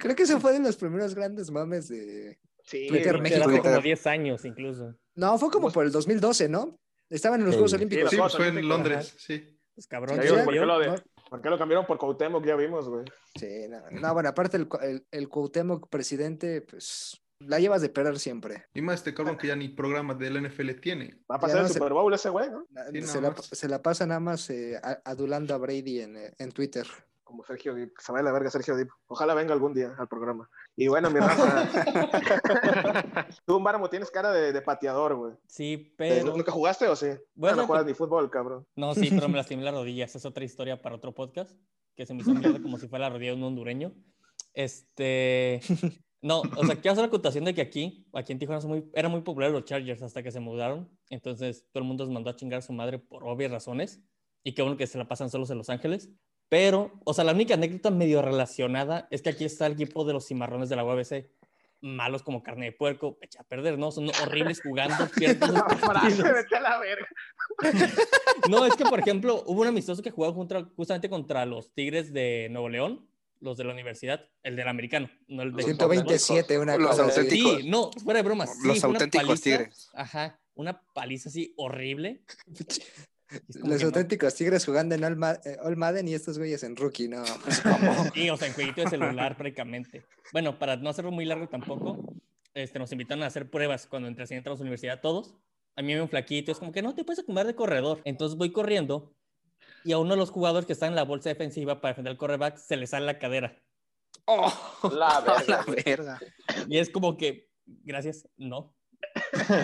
Speaker 3: Creo que eso fue de los primeros grandes mames de.
Speaker 2: Sí,
Speaker 3: Twitter
Speaker 2: güey.
Speaker 3: México.
Speaker 6: Hace como
Speaker 11: Twitter.
Speaker 6: 10 años incluso.
Speaker 3: No, fue como por el 2012, ¿no? Estaban en los
Speaker 9: Sí.
Speaker 3: Juegos
Speaker 10: Sí,
Speaker 3: Olímpicos.
Speaker 2: los
Speaker 10: pues
Speaker 2: Juegos
Speaker 10: fue en
Speaker 2: Olímpicos,
Speaker 10: Londres, sí.
Speaker 6: Pues cabrón,
Speaker 2: Sí,
Speaker 6: ¿te
Speaker 2: ¿por qué
Speaker 6: vio?
Speaker 2: lo de-
Speaker 3: No,
Speaker 2: ¿Por qué lo cambiaron por Cuauhtémoc? Ya vimos, güey.
Speaker 3: sí, no, no, bueno, aparte el, cu- el, el Cuauhtémoc presidente, pues la llevas de perder siempre.
Speaker 10: Y más este cabrón que ya ni programa del NFL tiene.
Speaker 2: Va a
Speaker 3: Ya
Speaker 2: pasar
Speaker 3: no
Speaker 2: el
Speaker 3: se-
Speaker 2: Super Bowl ese güey, ¿no?
Speaker 3: La-
Speaker 10: Sí,
Speaker 3: se,
Speaker 10: nada
Speaker 3: la,
Speaker 10: más.
Speaker 3: se la pasa nada más eh, a- adulando a Brady en, eh, en Twitter.
Speaker 2: Como Sergio Dip. Se va la verga Sergio Dip. Ojalá venga algún día al programa. Y bueno, mi raza. Tú, Marmo, tienes cara de, de pateador, güey.
Speaker 6: Sí,
Speaker 2: Eh,
Speaker 6: pero.
Speaker 2: ¿Nunca jugaste o sí?
Speaker 6: Bueno,
Speaker 2: Ah, no juegas ni fútbol, cabrón.
Speaker 6: No, sí, pero me lastimé las rodillas. Es otra historia para otro podcast. Que se me hizo mierda como si fuera la rodilla de un hondureño. Este. No, o sea, quiero hacer la acotación de que aquí, aquí en Tijuana, son muy, eran muy populares los Chargers hasta que se mudaron. Entonces, todo el mundo los mandó a chingar a su madre por obvias razones. Y qué bueno que se la pasan solos en Los Ángeles. Pero, o sea, la única anécdota medio relacionada es que aquí está el equipo de los cimarrones de la UABC. Malos como carne de puerco, echa a perder, ¿no? Son horribles jugando, pierden los partidos.
Speaker 2: Vete a la verga.
Speaker 6: No, es que, por ejemplo, hubo un amistoso que jugaba contra- justamente contra los Tigres de Nuevo León, los de la universidad, el del americano, no el de...
Speaker 7: Los
Speaker 3: 127, una
Speaker 11: Los
Speaker 3: cosa así.
Speaker 11: auténticos.
Speaker 6: Sí, no, fuera de broma. sí,
Speaker 11: Los
Speaker 6: fue una
Speaker 11: auténticos
Speaker 6: paliza,
Speaker 11: Tigres.
Speaker 6: Ajá, una paliza así
Speaker 3: [laughs]
Speaker 6: horrible. Y es como
Speaker 3: Los
Speaker 6: que no.
Speaker 3: auténticos tigres jugando en All, Ma- eh, All Madden y estos güeyes en
Speaker 6: [laughs]
Speaker 3: rookie, no. pues, ¿cómo?
Speaker 6: Sí, o sea, en jueguito de celular prácticamente. Bueno, para no hacerlo muy largo tampoco, este, nos invitaron a hacer pruebas cuando entré así, entramos a la universidad todos. A mí me un flaquito, es como que no te puedes acomodar de corredor. Entonces voy corriendo y a uno de los jugadores que está en la bolsa defensiva para defender el correback se le sale la cadera. [laughs]
Speaker 5: La
Speaker 11: A
Speaker 5: verga.
Speaker 11: la verga.
Speaker 6: Y es como que, gracias, no.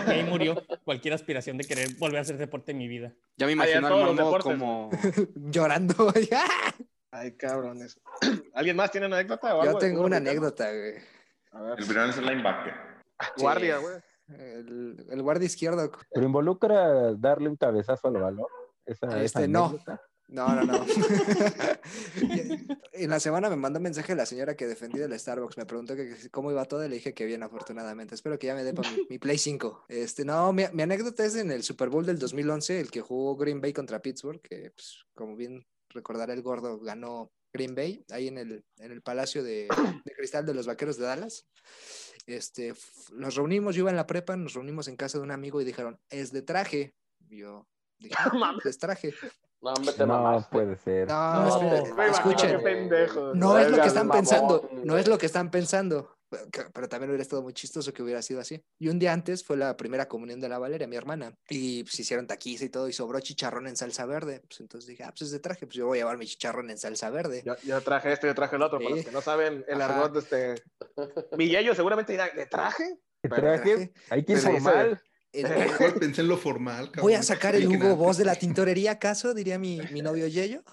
Speaker 6: Y ahí murió cualquier aspiración de querer volver a hacer deporte en mi vida.
Speaker 11: Ya me imagino
Speaker 2: todos
Speaker 11: al
Speaker 2: los
Speaker 11: mambo
Speaker 2: deportes.
Speaker 11: como.
Speaker 3: [laughs] Llorando. [laughs] güey.
Speaker 2: Ay, cabrones. [clears throat] ¿Alguien más tiene una anécdota o algo?
Speaker 3: Yo
Speaker 2: de
Speaker 3: tengo
Speaker 2: fútbol
Speaker 3: una
Speaker 2: americano?
Speaker 3: anécdota, güey.
Speaker 2: A ver. Ah,
Speaker 7: El Briones es linebacker.
Speaker 2: Guardia, güey.
Speaker 3: El, el guardia izquierdo.
Speaker 9: Pero involucra darle un cabezazo al valor. Esa, esa
Speaker 3: Este, no.
Speaker 9: anécdota.
Speaker 3: No, no, [laughs] no. en la semana me mandó un mensaje la señora que defendí del Starbucks. Me preguntó que, que cómo iba todo. y Le dije que bien, afortunadamente. Espero que ya me dé para mi, mi Play 5. Este, no, mi, mi anécdota es en el Super Bowl del 2011, el que jugó Green Bay contra Pittsburgh, que, pues, como bien recordará el gordo, ganó Green Bay, ahí en el, en el Palacio de, de Cristal de los Vaqueros de Dallas. Este, f- nos reunimos, yo iba en la prepa, nos reunimos en casa de un amigo y dijeron, es de traje. Y Yo dije, "Ah, es traje.
Speaker 5: No, hombre, te
Speaker 9: No
Speaker 5: mamaste.
Speaker 9: puede ser.
Speaker 3: No, este,
Speaker 5: No,
Speaker 3: espera,
Speaker 5: me imagino
Speaker 3: escuchen,
Speaker 5: que pendejos.
Speaker 3: no es lo
Speaker 5: Oigan,
Speaker 3: que están
Speaker 5: mamón,
Speaker 3: pensando, no
Speaker 5: güey.
Speaker 3: es lo que están pensando. Pero, que- pero también hubiera estado muy chistoso que hubiera sido así. Y un día antes fue la primera comunión de la Valeria, mi hermana, y pues hicieron taquiza y todo, y sobró chicharrón en salsa verde. Pues entonces dije, ah, pues es de traje, pues yo voy a llevar mi chicharrón en salsa verde.
Speaker 2: Yo, yo traje esto, yo traje el otro. Para
Speaker 3: Sí.
Speaker 2: los que no saben el
Speaker 3: Ajá.
Speaker 2: argot de este.
Speaker 3: [laughs]
Speaker 2: Millello seguramente dirá, ¿de traje?
Speaker 9: ¿Qué
Speaker 2: Pero-
Speaker 9: traje? Hay que ir
Speaker 2: Pero dice-
Speaker 9: formal.
Speaker 3: El-
Speaker 10: Mejor pensé en lo formal, cabrón.
Speaker 3: voy a sacar el
Speaker 10: Oye, que
Speaker 3: Hugo
Speaker 10: nada,
Speaker 3: Boss de la tintorería, ¿acaso? Diría mi,
Speaker 10: [laughs]
Speaker 3: mi novio Yello.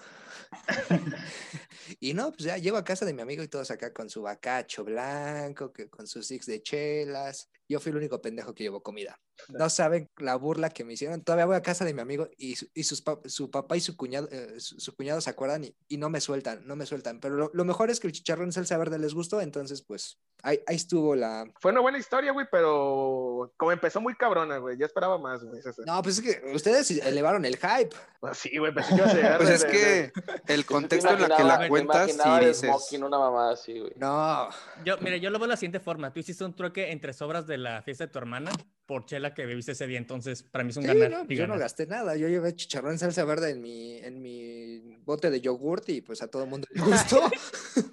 Speaker 3: [laughs] y no, pues ya llego a casa de mi amigo y todos acá con su bacacho blanco, que, con sus six de chelas. Yo fui el único pendejo que llevó comida. No saben la burla que me hicieron. Todavía voy a casa de mi amigo y su, y sus pa- su papá y su cuñado, eh, su, su cuñado se acuerdan y, y no me sueltan, no me sueltan. Pero lo, lo mejor es que el chicharrón salsa verde les gustó, entonces pues ahí, ahí estuvo la,
Speaker 2: Fue una buena historia, güey, pero como empezó muy cabrona, güey. Yo esperaba más, güey. César.
Speaker 3: No, pues es que ustedes elevaron el hype.
Speaker 2: Ah, Sí, güey, pensé que iba a llegar.
Speaker 11: Pues
Speaker 5: [laughs]
Speaker 2: de-
Speaker 11: es
Speaker 2: de- de-
Speaker 11: que el
Speaker 5: Yo sí te
Speaker 11: contexto en la que
Speaker 5: imaginaba-
Speaker 11: la
Speaker 5: te
Speaker 11: cuentas
Speaker 5: imaginaba
Speaker 11: y
Speaker 5: de
Speaker 11: dices.
Speaker 5: Smoking, una mamada así, güey.
Speaker 3: No,
Speaker 6: Yo, mira, yo lo veo de la siguiente forma. Tú hiciste un trueque entre sobras de la fiesta de tu hermana por chela que bebiste ese día. Entonces, para mí es un
Speaker 3: sí,
Speaker 6: ganar.
Speaker 3: no, pues,
Speaker 6: y
Speaker 3: yo no
Speaker 6: ganar.
Speaker 3: gasté nada. Yo llevé chicharrón en salsa verde en mi, en mi bote de yogurt y pues a todo el mundo le gustó. [laughs]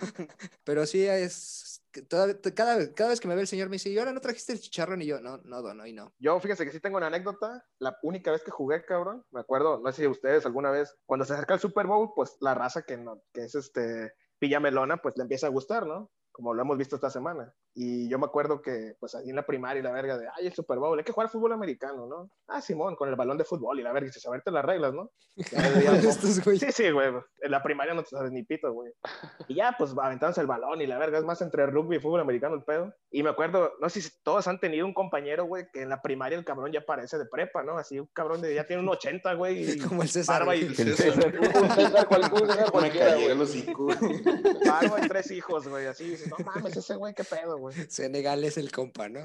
Speaker 3: Pero sí es que toda- cada, cada vez que me ve el señor me dice, ¿y ahora no trajiste el chicharrón? Y yo, no, no, don, hoy no.
Speaker 2: Yo, fíjense que sí tengo una anécdota. La única vez que jugué, cabrón, me acuerdo, no sé si ustedes alguna vez, cuando se acerca el Super Bowl, pues la raza que, no, que es este pillamelona, pues le empieza a gustar, ¿no? Como lo hemos visto esta semana. Y yo me acuerdo que, pues ahí en la primaria y la verga de, ay, el Super Bowl, hay que jugar fútbol americano, ¿no? Ah, Simón, con el balón de fútbol y la verga, y se saberte las reglas, ¿no? Ya le
Speaker 3: [laughs]
Speaker 2: digo,
Speaker 3: Estos güeyes.
Speaker 2: Sí, sí, güey. En la primaria no te sabes ni pito, güey. Y ya, pues aventándose el balón y la verga. Es más entre rugby y fútbol americano el pedo. Y me acuerdo, no sé si todos han tenido un compañero, güey, que en la primaria el cabrón ya parece de prepa, ¿no? Así un cabrón de ya tiene un 80, güey. y
Speaker 3: [laughs] Como el César,
Speaker 2: Barba y,
Speaker 3: güey.
Speaker 9: El
Speaker 7: Eso,
Speaker 9: César.
Speaker 5: [laughs] Un César cual- un César
Speaker 7: Me
Speaker 5: cualquiera,
Speaker 7: caí
Speaker 5: güey.
Speaker 7: en los cinco.
Speaker 2: barba y tres hijos, güey. Así dices, no mames, ese güey, qué pedo, güey.
Speaker 3: Senegal es el compa, ¿no?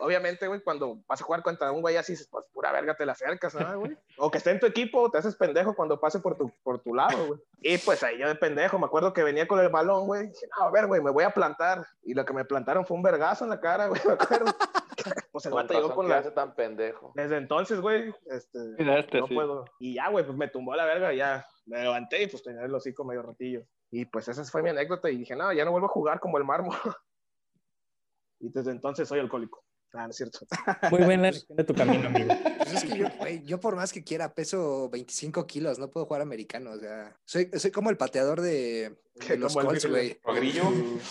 Speaker 2: Obviamente, güey, cuando vas a jugar contra un güey así, dices, pues pura verga te la acercas, ¿no, güey? O que esté en tu equipo, te haces pendejo cuando pase por tu, por tu lado, güey. Y pues ahí yo de pendejo, me acuerdo que venía con el balón, güey. Dije, no, a ver, güey, me voy a plantar. Y lo que me plantaron fue un vergazo en la cara, güey, [laughs] me acuerdo. pues el
Speaker 5: Con
Speaker 2: vato llegó
Speaker 5: razón
Speaker 2: con
Speaker 5: que
Speaker 2: la.
Speaker 5: hace tan pendejo.
Speaker 2: Desde entonces, güey, este.
Speaker 8: Miraste,
Speaker 2: No
Speaker 8: sí.
Speaker 2: puedo. Y ya, güey, pues me tumbó a la verga, ya. Me levanté y pues tenía el hocico medio ratillo. Y pues esa fue mi anécdota y dije, no, ya no vuelvo a jugar como el mármol. [laughs] y desde entonces soy alcohólico. Ah, no es cierto.
Speaker 6: [laughs] Muy
Speaker 2: [laughs]
Speaker 6: buena elección de tu camino, amigo.
Speaker 3: [laughs] Pues es que yo, güey, yo por más que quiera peso 25 kilos, no puedo jugar americano. O sea, soy, soy como el
Speaker 2: [laughs]
Speaker 3: pateador de, de
Speaker 2: Que
Speaker 3: los
Speaker 2: como el
Speaker 3: Colts,
Speaker 2: grillo.
Speaker 3: güey.
Speaker 7: Grillo.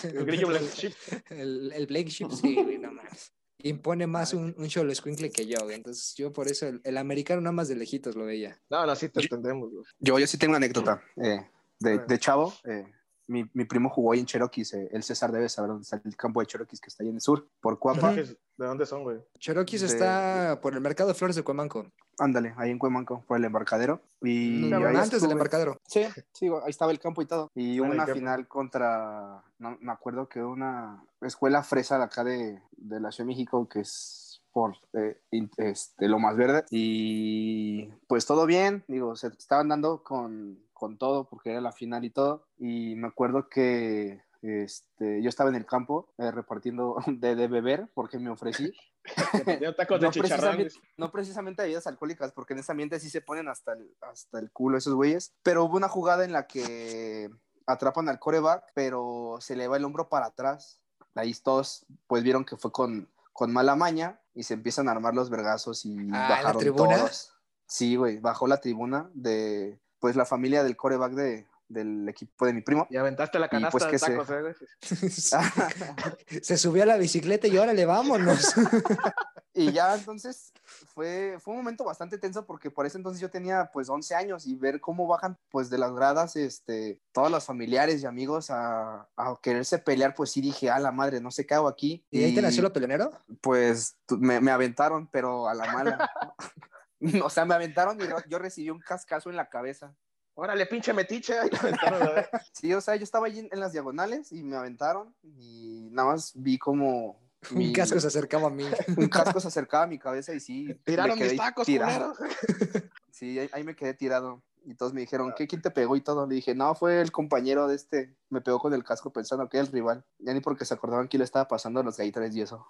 Speaker 2: El grillo blanco chip.
Speaker 3: [laughs] El, el Blake Ship, sí, güey, no más. Impone más un, un solo escuincle que yo, güey. Entonces, yo por eso el, el americano nada más de lejitos lo veía.
Speaker 2: No, no, sí te entendemos. güey.
Speaker 11: Yo, yo sí tengo una anécdota eh, de, de chavo. eh, mi, mi primo jugó ahí en Cherokees. eh, el César debe saber dónde está el campo de Cherokees que está ahí en el sur, por Cuapa.
Speaker 2: Chofis, ¿De dónde son, güey?
Speaker 3: Cherokees
Speaker 11: De-
Speaker 3: está Ah, por el mercado de
Speaker 11: [laughs]
Speaker 3: flores de Cuemanco.
Speaker 11: Ándale, ahí en Cuemanco, por el embarcadero. Y
Speaker 3: Mm,
Speaker 11: ahí
Speaker 3: antes del
Speaker 11: estuve.
Speaker 3: embarcadero.
Speaker 11: Sí, sí, ahí estaba el campo y todo. Y hubo
Speaker 2: Bueno, ¿y
Speaker 11: una
Speaker 2: qué?
Speaker 11: final contra, no me acuerdo que una escuela fresa de acá de, de la Ciudad de México, que es por eh, in- este, lo más verde. Y pues todo bien, digo, se estaban dando con, con todo porque era la final y todo. Y me acuerdo que este, yo estaba en el campo eh, repartiendo [laughs] de, de beber porque me ofrecí.
Speaker 2: Tienen tacos de
Speaker 11: No
Speaker 2: chicharrón.
Speaker 11: precisamente, no precisamente bebidas alcohólicas, porque en ese ambiente sí se ponen hasta el, hasta el culo esos güeyes. Pero hubo una jugada en la que atrapan al coreback, pero se le va el hombro para atrás. Ahí todos pues vieron que fue con, con mala maña y se empiezan a armar los vergazos y
Speaker 3: Ah, ¿la
Speaker 11: bajaron
Speaker 3: tribuna?
Speaker 11: todos. Sí, güey, bajó la tribuna de pues la familia del coreback de, del equipo de mi primo.
Speaker 2: Y aventaste la canasta
Speaker 11: pues
Speaker 2: de
Speaker 11: que se-
Speaker 2: tacos, eh, güey.
Speaker 3: [laughs]
Speaker 2: [laughs]
Speaker 3: Se subió a la bicicleta y ahora
Speaker 6: [laughs]
Speaker 3: le vámonos.
Speaker 11: Y ya entonces fue, fue un momento bastante tenso porque por ese entonces yo tenía pues 11 años y ver cómo bajan pues de las gradas este, todos los familiares y amigos a, a quererse pelear, pues sí dije, a la madre, no sé qué hago aquí.
Speaker 3: ¿Y ahí te nació lo pelonero?
Speaker 11: pues tu- me, me aventaron, pero a la mala. [laughs] o sea, me aventaron y ro- yo recibí un cascazo en la cabeza.
Speaker 2: Órale, pinche metiche. Y
Speaker 11: [laughs]
Speaker 2: lo aventaron a la verga.
Speaker 11: Sí, o sea, yo estaba allí en, en las diagonales y me aventaron y nada más vi como...
Speaker 3: [laughs] Un
Speaker 11: mi-
Speaker 3: casco se acercaba a mí.
Speaker 11: [laughs] un casco se acercaba a mi cabeza y sí. me
Speaker 2: Tiraron mis
Speaker 11: quedé
Speaker 2: tacos,
Speaker 11: tirado.
Speaker 2: culero.
Speaker 11: Sí, ahí, ahí me quedé tirado. y todos me
Speaker 2: Ah.
Speaker 11: dijeron, ¿qué? ¿Quién te pegó y todo? Le dije, no, fue el compañero de este. Me pegó con el casco pensando que era el rival. Ya ni porque se acordaban que le estaba pasando a los gaitares y eso.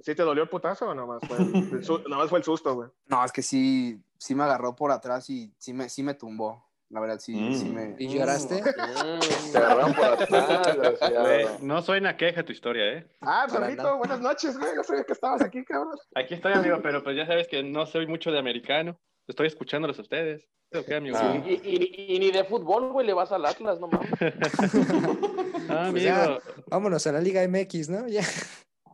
Speaker 2: ¿Sí te dolió el putazo o nomás fue el, el su- nomás fue el susto, güey?
Speaker 11: No, es que sí, sí me agarró por atrás y sí me, sí me tumbó. La verdad, sí,
Speaker 7: Mm.
Speaker 11: sí me... Mm.
Speaker 3: ¿Y
Speaker 11: [laughs]
Speaker 3: lloraste?
Speaker 5: Te agarraron por atrás, desgraciado.
Speaker 8: No suena queja tu historia, ¿eh?
Speaker 2: Ah,
Speaker 3: Para
Speaker 2: Sabrito,
Speaker 3: nada.
Speaker 2: buenas noches, güey. No sabía que estabas aquí, cabrón.
Speaker 8: Aquí estoy, amigo, pero pues ya sabes que no soy mucho de americano. Estoy escuchándolos a ustedes. Ok, amigo.
Speaker 7: Ah.
Speaker 5: Y, y- y ni de fútbol, güey, le vas al Atlas, no mames.
Speaker 8: Ah,
Speaker 3: Pues
Speaker 8: amigo.
Speaker 3: Vámonos a la Liga MX, ¿no? Ya.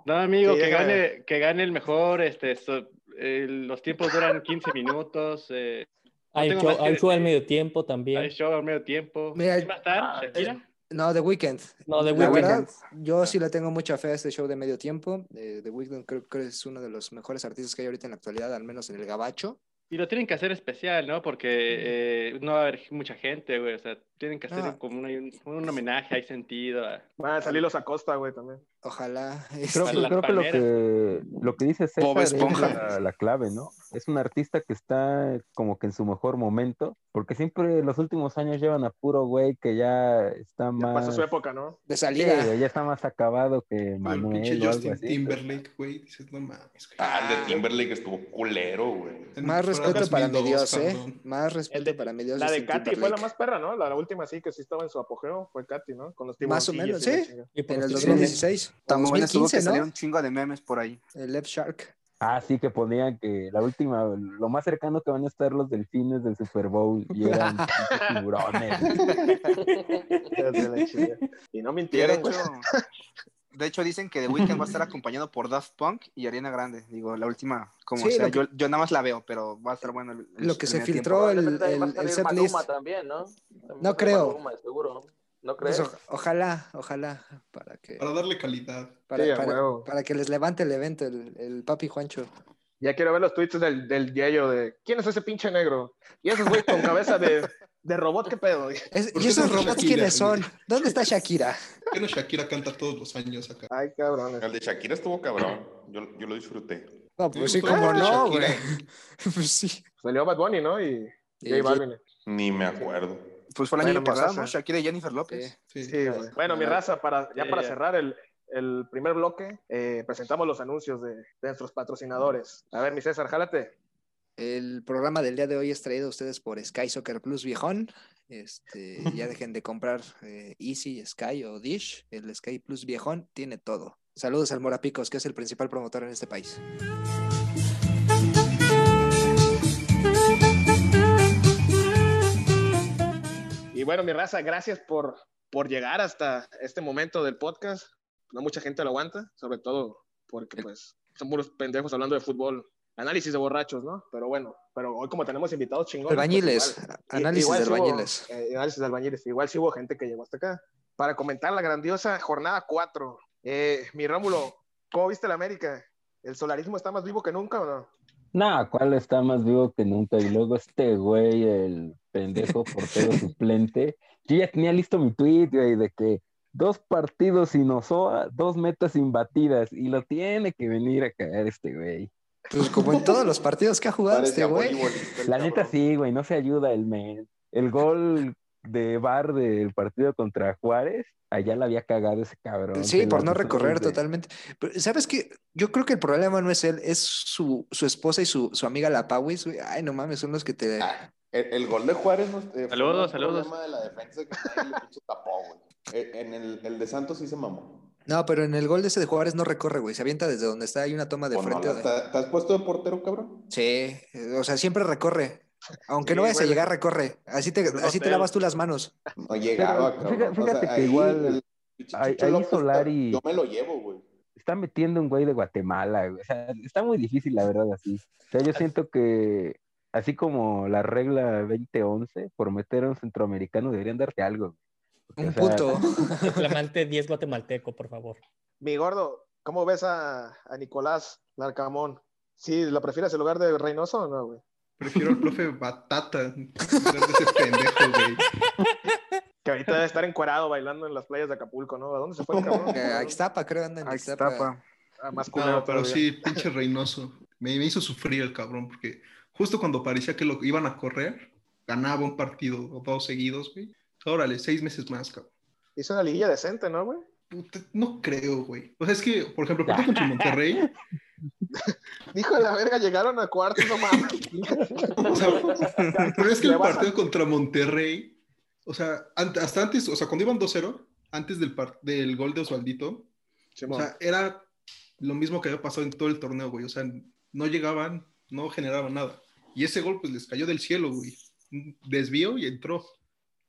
Speaker 8: No, amigo,
Speaker 2: Sí,
Speaker 8: que
Speaker 2: ya.
Speaker 8: gane, que gane el mejor. Este, so- eh, los tiempos duran 15 minutos. eh,
Speaker 6: Hay
Speaker 8: tengo
Speaker 6: show,
Speaker 8: más que
Speaker 6: hay show al
Speaker 8: decir.
Speaker 6: medio tiempo también.
Speaker 8: hay show al medio tiempo.
Speaker 3: Mira,
Speaker 8: ¿Quién va a estar? ¿Shakira?
Speaker 3: No, The Weeknd.
Speaker 6: No, The
Speaker 3: La
Speaker 6: Weeknd.
Speaker 3: verdad, yo sí le tengo mucha fe a este show de medio tiempo. Eh, The Weeknd creo que es uno de los mejores artistas que hay ahorita en la actualidad, al menos en el gabacho.
Speaker 8: Y lo tienen que hacer especial, ¿no? Porque eh, no va a haber mucha gente, güey. O sea, tienen que hacer
Speaker 3: No.
Speaker 8: como una- un, un homenaje, hay sentido. ah. a-
Speaker 2: Van a salir Ah, los Acosta, güey, también.
Speaker 3: Ojalá.
Speaker 9: Creo,
Speaker 3: este,
Speaker 8: Para las
Speaker 9: creo que lo
Speaker 8: palmeras.
Speaker 9: que lo que dice César
Speaker 11: Bob
Speaker 9: es
Speaker 11: Esponja.
Speaker 9: la, la clave, ¿no? Es un artista que está como que en su mejor momento, porque siempre en los últimos años llevan a puro güey que ya está
Speaker 2: Ya
Speaker 9: más
Speaker 2: pasó su época, ¿no?
Speaker 3: de
Speaker 9: Sí,
Speaker 3: salida.
Speaker 9: güey, ya está más acabado que
Speaker 10: el
Speaker 9: Manuel
Speaker 10: pinche
Speaker 9: o algo
Speaker 10: Justin
Speaker 9: así.
Speaker 10: Timberlake, güey. Dices, no mames, güey.
Speaker 7: Ah, el de Timberlake estuvo culero, güey.
Speaker 10: En-
Speaker 3: Más
Speaker 10: fuera
Speaker 3: respeto para mi
Speaker 10: 2002,
Speaker 3: Dios, ¿eh?
Speaker 10: cabrón.
Speaker 3: Más
Speaker 2: El
Speaker 3: respeto
Speaker 2: de-
Speaker 3: para mi Dios.
Speaker 2: La de
Speaker 3: Justin
Speaker 2: Katy fue la
Speaker 3: Timberlake.
Speaker 2: más perra, ¿no? La, la última sí que sí estaba en su apogeo fue Katy, ¿no? Con los
Speaker 3: Más
Speaker 2: tiburoncillos
Speaker 3: o menos,
Speaker 2: y la
Speaker 3: sí.
Speaker 2: chingada.
Speaker 3: En el
Speaker 11: Sí.
Speaker 3: 2016. o
Speaker 11: Tan buena estuvo que
Speaker 3: 2015,
Speaker 11: salieron
Speaker 3: ¿no?
Speaker 11: un chingo de memes por ahí.
Speaker 3: El Left Shark.
Speaker 9: Ah, sí, que ponían que la última, lo más cercano que van a estar los delfines del Super Bowl y eran pinches tiburones.
Speaker 2: Hijos de la chingada. Y no
Speaker 11: Y de
Speaker 2: mintieron,
Speaker 11: hecho,
Speaker 2: güey.
Speaker 11: [laughs] de hecho dicen que The Weeknd va a estar acompañado por Daft Punk y Ariana Grande. Digo, la última, como
Speaker 3: Sí,
Speaker 11: sea,
Speaker 3: lo que-
Speaker 11: yo, yo nada más la veo, pero va a estar bueno. el- el-
Speaker 3: Lo que
Speaker 11: el
Speaker 3: se
Speaker 11: medio
Speaker 3: filtró el,
Speaker 5: Probablemente
Speaker 3: el,
Speaker 5: va a
Speaker 3: el
Speaker 5: salir
Speaker 3: set
Speaker 5: Maluma
Speaker 3: list.
Speaker 5: también, ¿no? También va a
Speaker 3: No
Speaker 5: salir
Speaker 3: creo.
Speaker 5: Maluma, seguro. ¿No
Speaker 3: Pues,
Speaker 5: crees?
Speaker 3: o- ojalá, ojalá, para que,
Speaker 10: Para darle calidad.
Speaker 3: para,
Speaker 2: Sí, a
Speaker 3: para-
Speaker 2: huevo.
Speaker 3: para que les levante el evento el, el papi Juancho.
Speaker 2: Ya quiero ver los tweets del, del Yayo de ¿Quién es ese pinche negro? Y esos güey con cabeza de, de robot, ¿qué pedo?
Speaker 3: Es-
Speaker 10: ¿Por
Speaker 3: ¿Y
Speaker 10: qué
Speaker 3: esos
Speaker 10: no
Speaker 3: robots
Speaker 10: Shakira,
Speaker 3: quiénes son?
Speaker 10: güey?
Speaker 3: ¿Dónde está Shakira?
Speaker 10: ¿Por qué no Shakira canta todos los años acá?
Speaker 2: Ay, cabrones.
Speaker 7: El de Shakira estuvo cabrón. Yo, yo lo disfruté.
Speaker 3: No,
Speaker 10: Me
Speaker 3: pues sí,
Speaker 10: gustó
Speaker 3: cómo
Speaker 10: mucho
Speaker 3: no, güey. [laughs]
Speaker 10: Shakira.
Speaker 3: Pues sí.
Speaker 2: Salió Bad Bunny, ¿no? Y
Speaker 3: Y-
Speaker 2: J Balvin.
Speaker 7: Ni me acuerdo.
Speaker 11: tiempo. Pues fue el
Speaker 2: Bueno,
Speaker 11: año
Speaker 2: mi
Speaker 11: pasado,
Speaker 2: raza.
Speaker 11: ¿no? Shakira y Jennifer
Speaker 3: sí.
Speaker 11: López.
Speaker 2: Sí, güey. Bueno, mi raza, para, ya
Speaker 8: Sí,
Speaker 2: para
Speaker 8: ya.
Speaker 2: cerrar el, el primer bloque, eh, presentamos los anuncios de, de nuestros patrocinadores. A ver, mi César, jálate.
Speaker 3: El programa del día de hoy es traído a ustedes por Sky Soccer Plus Viejón.
Speaker 2: [laughs]
Speaker 3: Este, ya dejen de comprar eh, Easy, Sky o Dish. El Sky Plus Viejón tiene todo. Saludos al Morapicos, que es el principal promotor en este país.
Speaker 2: Y bueno, mi raza, gracias por, por llegar hasta este momento del podcast. No mucha gente lo aguanta, sobre todo
Speaker 3: Eh.
Speaker 2: porque pues son puros pendejos hablando de fútbol. Análisis de borrachos, ¿no? Pero bueno, pero hoy como tenemos invitados chingones. pues,
Speaker 3: Albañiles,
Speaker 2: igual- i-
Speaker 3: análisis
Speaker 2: igual
Speaker 3: de
Speaker 2: sí hubo,
Speaker 3: albañiles.
Speaker 2: eh, análisis de albañiles. Igual sí hubo gente que llegó hasta acá. Para comentar la grandiosa jornada 4. Eh, mi Rómulo, ¿cómo viste la América? ¿El solarismo está más vivo que nunca o no?
Speaker 9: Nah, ¿cuál está más vivo que nunca? Y luego este güey, el pendejo portero suplente. Yo ya tenía listo mi tweet, güey, de que dos partidos sin Ozoa, dos metas imbatidas, y lo tiene que venir a caer este güey.
Speaker 3: Pues como en todos los partidos que ha jugado este
Speaker 7: Parecía
Speaker 3: güey.
Speaker 7: voleibolista. el
Speaker 9: La neta
Speaker 7: cabrón.
Speaker 9: sí, güey, no se ayuda el men. El gol de Bar del partido contra Juárez, allá la había cagado ese cabrón.
Speaker 3: Sí,
Speaker 9: en
Speaker 3: por
Speaker 9: las
Speaker 3: no recorrer
Speaker 9: opciones de-
Speaker 3: totalmente. Pero, ¿sabes qué? Yo creo que el problema no es él, es su, su esposa y su, su amiga la Pawis. güey. Ay, no mames, son los que te...
Speaker 7: Ah, el, el gol de Juárez no, eh,
Speaker 8: Saludos,
Speaker 7: fue un
Speaker 8: saludos.
Speaker 7: problema de la defensa que nadie le pinche tapó, güey. Eh, En el, el de Santos sí se mamó.
Speaker 3: No, pero en el gol de ese de Juárez no recorre, güey. Se avienta desde donde está, hay una toma de
Speaker 7: ¿O Pues no?
Speaker 3: frente. o de-
Speaker 7: ¿Te, te has puesto de portero, cabrón?
Speaker 3: Sí, eh, o sea, siempre recorre. Aunque
Speaker 2: Sí,
Speaker 3: no vayas
Speaker 2: güey.
Speaker 3: a llegar, recorre. Así te,
Speaker 8: Es un
Speaker 3: así te
Speaker 8: hotel.
Speaker 3: lavas tú las manos.
Speaker 7: No llegaba,
Speaker 9: Pero,
Speaker 7: cabrón.
Speaker 9: fíjate- fíjate que
Speaker 7: ahí
Speaker 9: igual,
Speaker 7: el pinche
Speaker 9: ahí-
Speaker 7: Chucho
Speaker 9: ahí
Speaker 7: López,
Speaker 9: Solari-
Speaker 7: Yo me lo llevo, güey.
Speaker 9: está metiendo un güey de Guatemala, güey. O sea, está muy difícil, la verdad, así. O sea, yo siento que, así como la regla 2011, por meter a un centroamericano deberían darte algo. güey. Porque,
Speaker 3: Un
Speaker 9: o sea,
Speaker 3: punto.
Speaker 6: [laughs] Flamante 10 guatemalteco, por
Speaker 3: [laughs]
Speaker 6: favor.
Speaker 2: Mi gordo, ¿cómo ves a, a Nicolás Larcamón? ¿Sí lo prefieres en lugar de Reynoso o no, güey?
Speaker 10: Prefiero al profe Batata. [laughs] en lugar de ese pendejo, güey.
Speaker 2: Que ahorita debe estar encuerado bailando en las playas de Acapulco, ¿no? ¿A dónde se fue el cabrón?
Speaker 3: Eh, A Ixtapa, creo, anda en
Speaker 11: Ahí está,
Speaker 3: Ixtapa.
Speaker 11: pa.
Speaker 2: Ah, más culero
Speaker 10: No, pero
Speaker 2: todavía.
Speaker 10: sí, pinche Reynoso. Me, me hizo sufrir el cabrón, porque justo cuando parecía que lo iban a correr, ganaba un partido o dos seguidos, güey. Órale, seis meses más, cabrón.
Speaker 2: Hizo una liguilla decente, ¿no, güey?
Speaker 10: Puta, no creo, güey. O sea, es que, por ejemplo, Puebla contra el Monterrey,
Speaker 2: Dijo la verga, llegaron a cuartos, no mames.
Speaker 3: [laughs]
Speaker 10: o sea, pero es que el
Speaker 2: Le vas a-
Speaker 10: partido contra Monterrey, o sea, an- hasta antes, o sea, cuando iban 2-0, antes del, par- del gol de Osvaldito, o sea, era lo mismo que había pasado en todo el torneo, güey. O sea, no llegaban, no generaban nada. Y ese gol, pues les cayó del cielo, güey. Un Desvío y entró.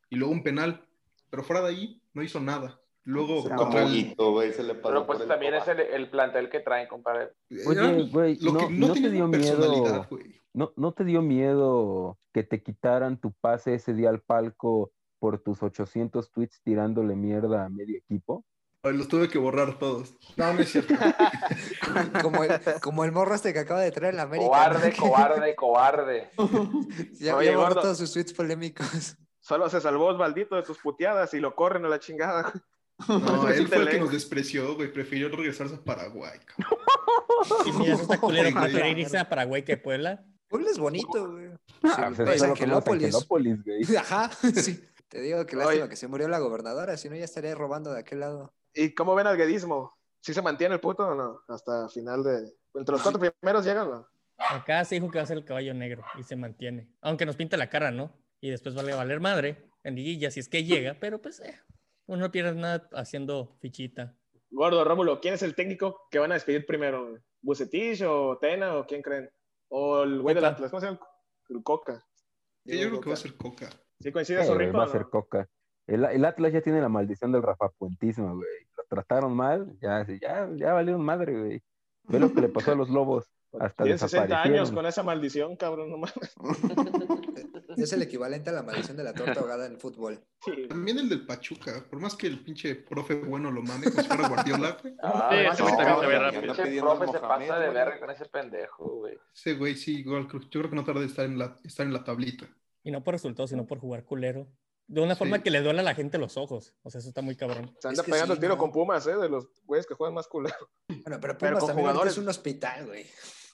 Speaker 10: Y luego un penal. Pero fuera de ahí, no hizo nada. Luego,
Speaker 9: sea,
Speaker 10: contra el-
Speaker 7: Poquito, güey, se le pasó
Speaker 5: Pero pues
Speaker 7: por el Eh, ah,
Speaker 5: también es
Speaker 7: coba.
Speaker 5: el, el plantel que traen, compadre.
Speaker 10: era
Speaker 9: Oye, güey,
Speaker 10: lo
Speaker 9: no,
Speaker 10: que
Speaker 9: no
Speaker 10: no,
Speaker 9: te
Speaker 10: tenía
Speaker 9: dio miedo.
Speaker 10: personalidad, güey.
Speaker 9: ¿No, ¿No te dio miedo que te quitaran tu pase ese día al palco por tus 800 tweets tirándole mierda a medio equipo?
Speaker 10: Ay, Los tuve que borrar todos. No, no es cierto.
Speaker 3: [laughs] Como el, como el morro este que acaba de traer en la América. ¿no?
Speaker 5: Cobarde,
Speaker 3: Que
Speaker 5: cobarde, cobarde.
Speaker 10: [laughs]
Speaker 3: Ya,
Speaker 2: Oye,
Speaker 3: ya borró
Speaker 2: gordo.
Speaker 3: todos sus tweets polémicos.
Speaker 2: [laughs] Solo se salvó Osvaldito de sus puteadas y lo corren a la chingada. güey.
Speaker 10: [laughs]
Speaker 2: [laughs]
Speaker 10: No, él fue el que
Speaker 2: Excelente.
Speaker 10: nos despreció, güey. Prefirió regresarse a Paraguay, cabrón.
Speaker 6: [laughs] Y mira, eso está culero
Speaker 10: Ay, güey.
Speaker 6: preferir irse a Paraguay que Puebla.
Speaker 3: [laughs] Puebla es bonito, güey.
Speaker 9: Ah,
Speaker 3: Sí,
Speaker 9: pues,
Speaker 3: pues,
Speaker 9: eso lo conoce
Speaker 3: Angelópolis.
Speaker 9: Angelópolis, güey.
Speaker 3: Ajá, [laughs] sí. Te digo que lástima
Speaker 2: Oye.
Speaker 3: que se murió la gobernadora, si no ya estaría robando de aquel lado.
Speaker 2: ¿Y cómo ven al guedismo? ¿Sí se mantiene el puto o no? Hasta final de. Entre los cuatro primeros llegan, ¿no?
Speaker 6: Acá se dijo que va a ser el caballo negro y se mantiene. Aunque nos pinta la cara, ¿no? Y después vale a valer madre en liguilla si es que llega, pero pues eh, uno no pierde nada haciendo fichita.
Speaker 2: Gordo, Rómulo, ¿quién es el técnico que van a despedir primero? güey? ¿Bucetich o Tena o quién creen? ¿O el güey del
Speaker 6: Coca.
Speaker 2: Atlas? ¿Cómo se llama? El Coca.
Speaker 10: Sí, yo creo que va a ser Coca.
Speaker 2: ¿Sí coincide su
Speaker 9: Eh,
Speaker 2: rico?
Speaker 9: va a ser coca. El, el Atlas ya tiene la maldición del rafapuentismo, güey. Lo trataron mal, ya, ya, ya valieron madre, güey. Ve lo que le pasó a los lobos. Hasta
Speaker 2: Tienen 60 años
Speaker 9: desaparecieron.
Speaker 2: con esa maldición, cabrón, no mames.
Speaker 3: Es el equivalente a la maldición de la torta ahogada en fútbol.
Speaker 10: También el del Pachuca. Por más que el pinche profe bueno lo mame, como si fuera Guardiola, güey.
Speaker 5: Ah,
Speaker 8: Sí, eso que también se ve
Speaker 5: güey,
Speaker 8: rápido.
Speaker 5: pinche
Speaker 7: Anda pidiendo
Speaker 5: profe
Speaker 7: al
Speaker 5: se
Speaker 7: Mohamed,
Speaker 5: pasa de
Speaker 7: güey.
Speaker 5: verga con ese pendejo, güey.
Speaker 10: Ese güey sí, igual. creo- Yo creo que no tarda de estar en la, estar en la tablita.
Speaker 6: Y no por resultados, sino por jugar culero. De una
Speaker 10: Sí.
Speaker 6: forma que le duela a la gente los ojos. O sea, eso está muy cabrón.
Speaker 2: Se anda
Speaker 3: que
Speaker 2: pegando
Speaker 3: sí,
Speaker 2: el tiro
Speaker 3: ¿no?
Speaker 2: con Pumas, ¿eh? De los güeyes que juegan más culero.
Speaker 3: Bueno, pero
Speaker 2: Pero
Speaker 3: Pumas
Speaker 2: con
Speaker 3: también ahorita
Speaker 2: jugadores.
Speaker 3: es un hospital, güey.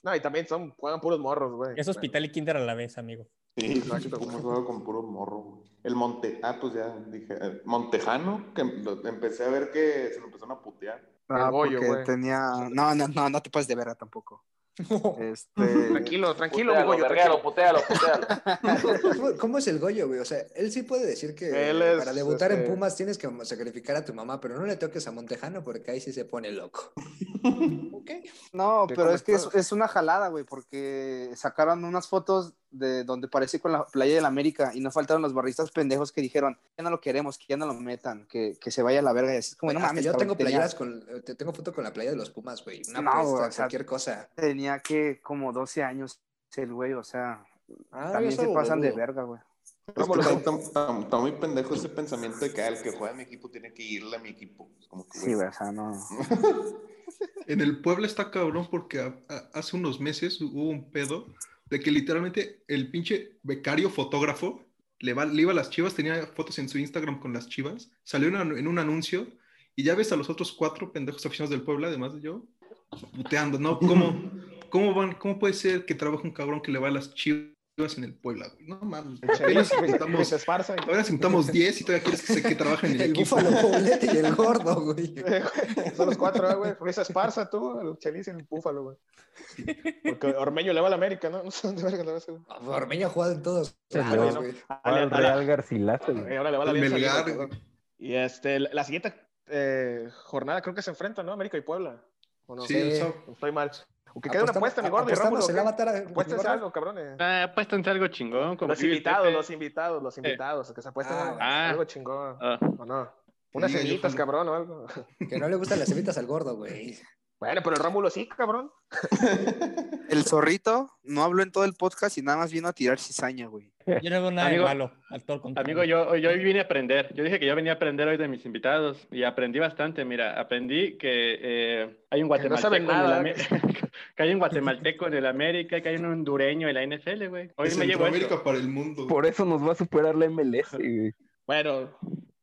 Speaker 2: No, y también son, juegan puros morros, güey.
Speaker 6: Es hospital y kinder a la vez, amigo.
Speaker 7: Sí, exacto, como juego con puro morro. güey. El Monte, ah, pues ya dije, eh, Montejano, que lo- empecé a ver que se lo empezaron a putear.
Speaker 11: Ah,
Speaker 2: El bollo,
Speaker 11: porque
Speaker 2: güey.
Speaker 11: tenía. No, no, no, no te pases de verga
Speaker 3: [laughs]
Speaker 11: tampoco. Este.
Speaker 7: Eh,
Speaker 2: Tranquilo, tranquilo, mi
Speaker 5: Putealo,
Speaker 2: Goyo,
Speaker 5: verguero,
Speaker 2: tranquilo.
Speaker 7: [laughs]
Speaker 5: putealo, putealo.
Speaker 3: ¿Cómo es el Goyo, güey? O sea, él sí puede decir que
Speaker 2: Él es,
Speaker 3: para debutar en
Speaker 2: este-
Speaker 3: Pumas tienes que sacrificar a tu mamá, pero no le toques a Montejano porque ahí sí se pone loco. ok.
Speaker 11: No,
Speaker 2: ¿Qué
Speaker 11: pero es que es,
Speaker 2: comentabas?
Speaker 11: es una jalada, güey, porque sacaron unas fotos de donde parecía con la playa del América y no faltaron los barristas pendejos que dijeron, ya no lo queremos, que ya no lo metan, que, que se vaya a la verga. Y así es como, no
Speaker 3: Hasta
Speaker 11: mames,
Speaker 3: ah, yo
Speaker 11: cabrón,
Speaker 3: tengo
Speaker 11: tenía-
Speaker 3: playeras con, eh, te- tengo foto con la playa de los Pumas, güey. Una
Speaker 11: No,
Speaker 3: apuesta,
Speaker 11: güey, o sea,
Speaker 3: cualquier cosa.
Speaker 11: tenía que como 12 años el güey, o sea,
Speaker 3: Ah,
Speaker 11: también
Speaker 3: yo
Speaker 11: se
Speaker 3: soy
Speaker 11: pasan de
Speaker 3: boludo.
Speaker 11: verga, güey.
Speaker 7: Es
Speaker 2: Rómulo,
Speaker 7: que
Speaker 2: ¿cómo-
Speaker 7: está, está- está muy pendejo ese pensamiento de que ah, el que juega en mi equipo tiene que irle a mi equipo. Es como que,
Speaker 11: Sí, güey, o sea, no.
Speaker 10: [laughs] En el Puebla está cabrón porque a- a- hace unos meses hubo un pedo de que literalmente el pinche becario fotógrafo le, va- le iba a las chivas, tenía fotos en su Instagram con las chivas, salió en un- en un anuncio y ya ves a los otros cuatro pendejos aficionados del Puebla, además de yo, puteando, ¿no? ¿Cómo, cómo, van, cómo puede ser que trabaje un cabrón que le va a las chivas en el Puebla? güey? No mames,
Speaker 3: [laughs]
Speaker 10: apenas
Speaker 2: Se
Speaker 10: necesitamos,
Speaker 2: esparza y-
Speaker 10: apenas necesitamos 10 y todavía quieres que, se, que trabajen en el
Speaker 3: El
Speaker 10: equipo.
Speaker 3: búfalo poblete y el gordo, güey.
Speaker 2: Son los cuatro, eh, güey. Luis Esparza, tú, el Chelis y el Búfalo, güey. Porque Ormeño le va a la América, ¿no? [laughs] No sé dónde verga le va a hacer, güey.
Speaker 3: Ah, pues, Ormeño ha jugado en todos
Speaker 9: Sí,
Speaker 3: lados,
Speaker 2: no.
Speaker 3: güey.
Speaker 9: Al
Speaker 2: Ale-
Speaker 9: Real Garcilaso, güey.
Speaker 2: Eh, Ahora le va a la
Speaker 10: Al
Speaker 2: Alianza
Speaker 10: Melgar,
Speaker 2: Lima,
Speaker 10: güey.
Speaker 2: cabrón. Y este, la la siguiente eh, jornada creo que se enfrentan, ¿no? América y Puebla. ¿O no?
Speaker 10: Sí,
Speaker 3: Sí.
Speaker 10: el sábado.
Speaker 2: Estoy mal. Aunque queda una
Speaker 3: Apostamos-
Speaker 2: apuesta, mi gordo y Rómulo.
Speaker 3: apostamos el
Speaker 2: ¿qué?
Speaker 3: avatar a-
Speaker 2: Apuéstense
Speaker 3: gordo.
Speaker 2: algo, cabrones.
Speaker 8: Ah, apuéstense algo chingón. Como
Speaker 2: Los
Speaker 8: vive el
Speaker 2: invitados,
Speaker 8: Pepe.
Speaker 2: los invitados, los invitados. Que se apuesten
Speaker 3: Ah,
Speaker 2: algo,
Speaker 8: ah.
Speaker 2: algo chingón.
Speaker 8: Ah,
Speaker 2: ¿O no? Unas
Speaker 10: Diga yo,
Speaker 2: cevitas,
Speaker 10: Julio.
Speaker 2: cabrón, o algo. [laughs]
Speaker 3: Que no le gustan las cevitas al
Speaker 11: [laughs]
Speaker 3: gordo, güey.
Speaker 2: Bueno, pero el Rómulo
Speaker 11: Ah,
Speaker 2: sí, cabrón.
Speaker 11: El zorrito no habló en todo el podcast y nada más vino a tirar cizaña, güey.
Speaker 6: Yo no veo nada
Speaker 8: Amigo-
Speaker 6: de malo, al todo lo contrario.
Speaker 8: Amigo, yo, yo hoy vine a aprender. Yo dije que yo venía a aprender hoy de mis invitados y aprendí bastante. Mira, aprendí que eh, hay un
Speaker 2: Que no
Speaker 8: guatemalteco,
Speaker 2: saben nada.
Speaker 8: en el Amé- [laughs] que hay un guatemalteco en el América, que hay un hondureño en la NFL, güey. Hoy
Speaker 10: De
Speaker 8: me llevo
Speaker 10: Centroamérica
Speaker 8: esto.
Speaker 10: para el mundo.
Speaker 9: Por eso nos va a superar la
Speaker 8: [laughs]
Speaker 9: MLS, güey.
Speaker 2: Bueno,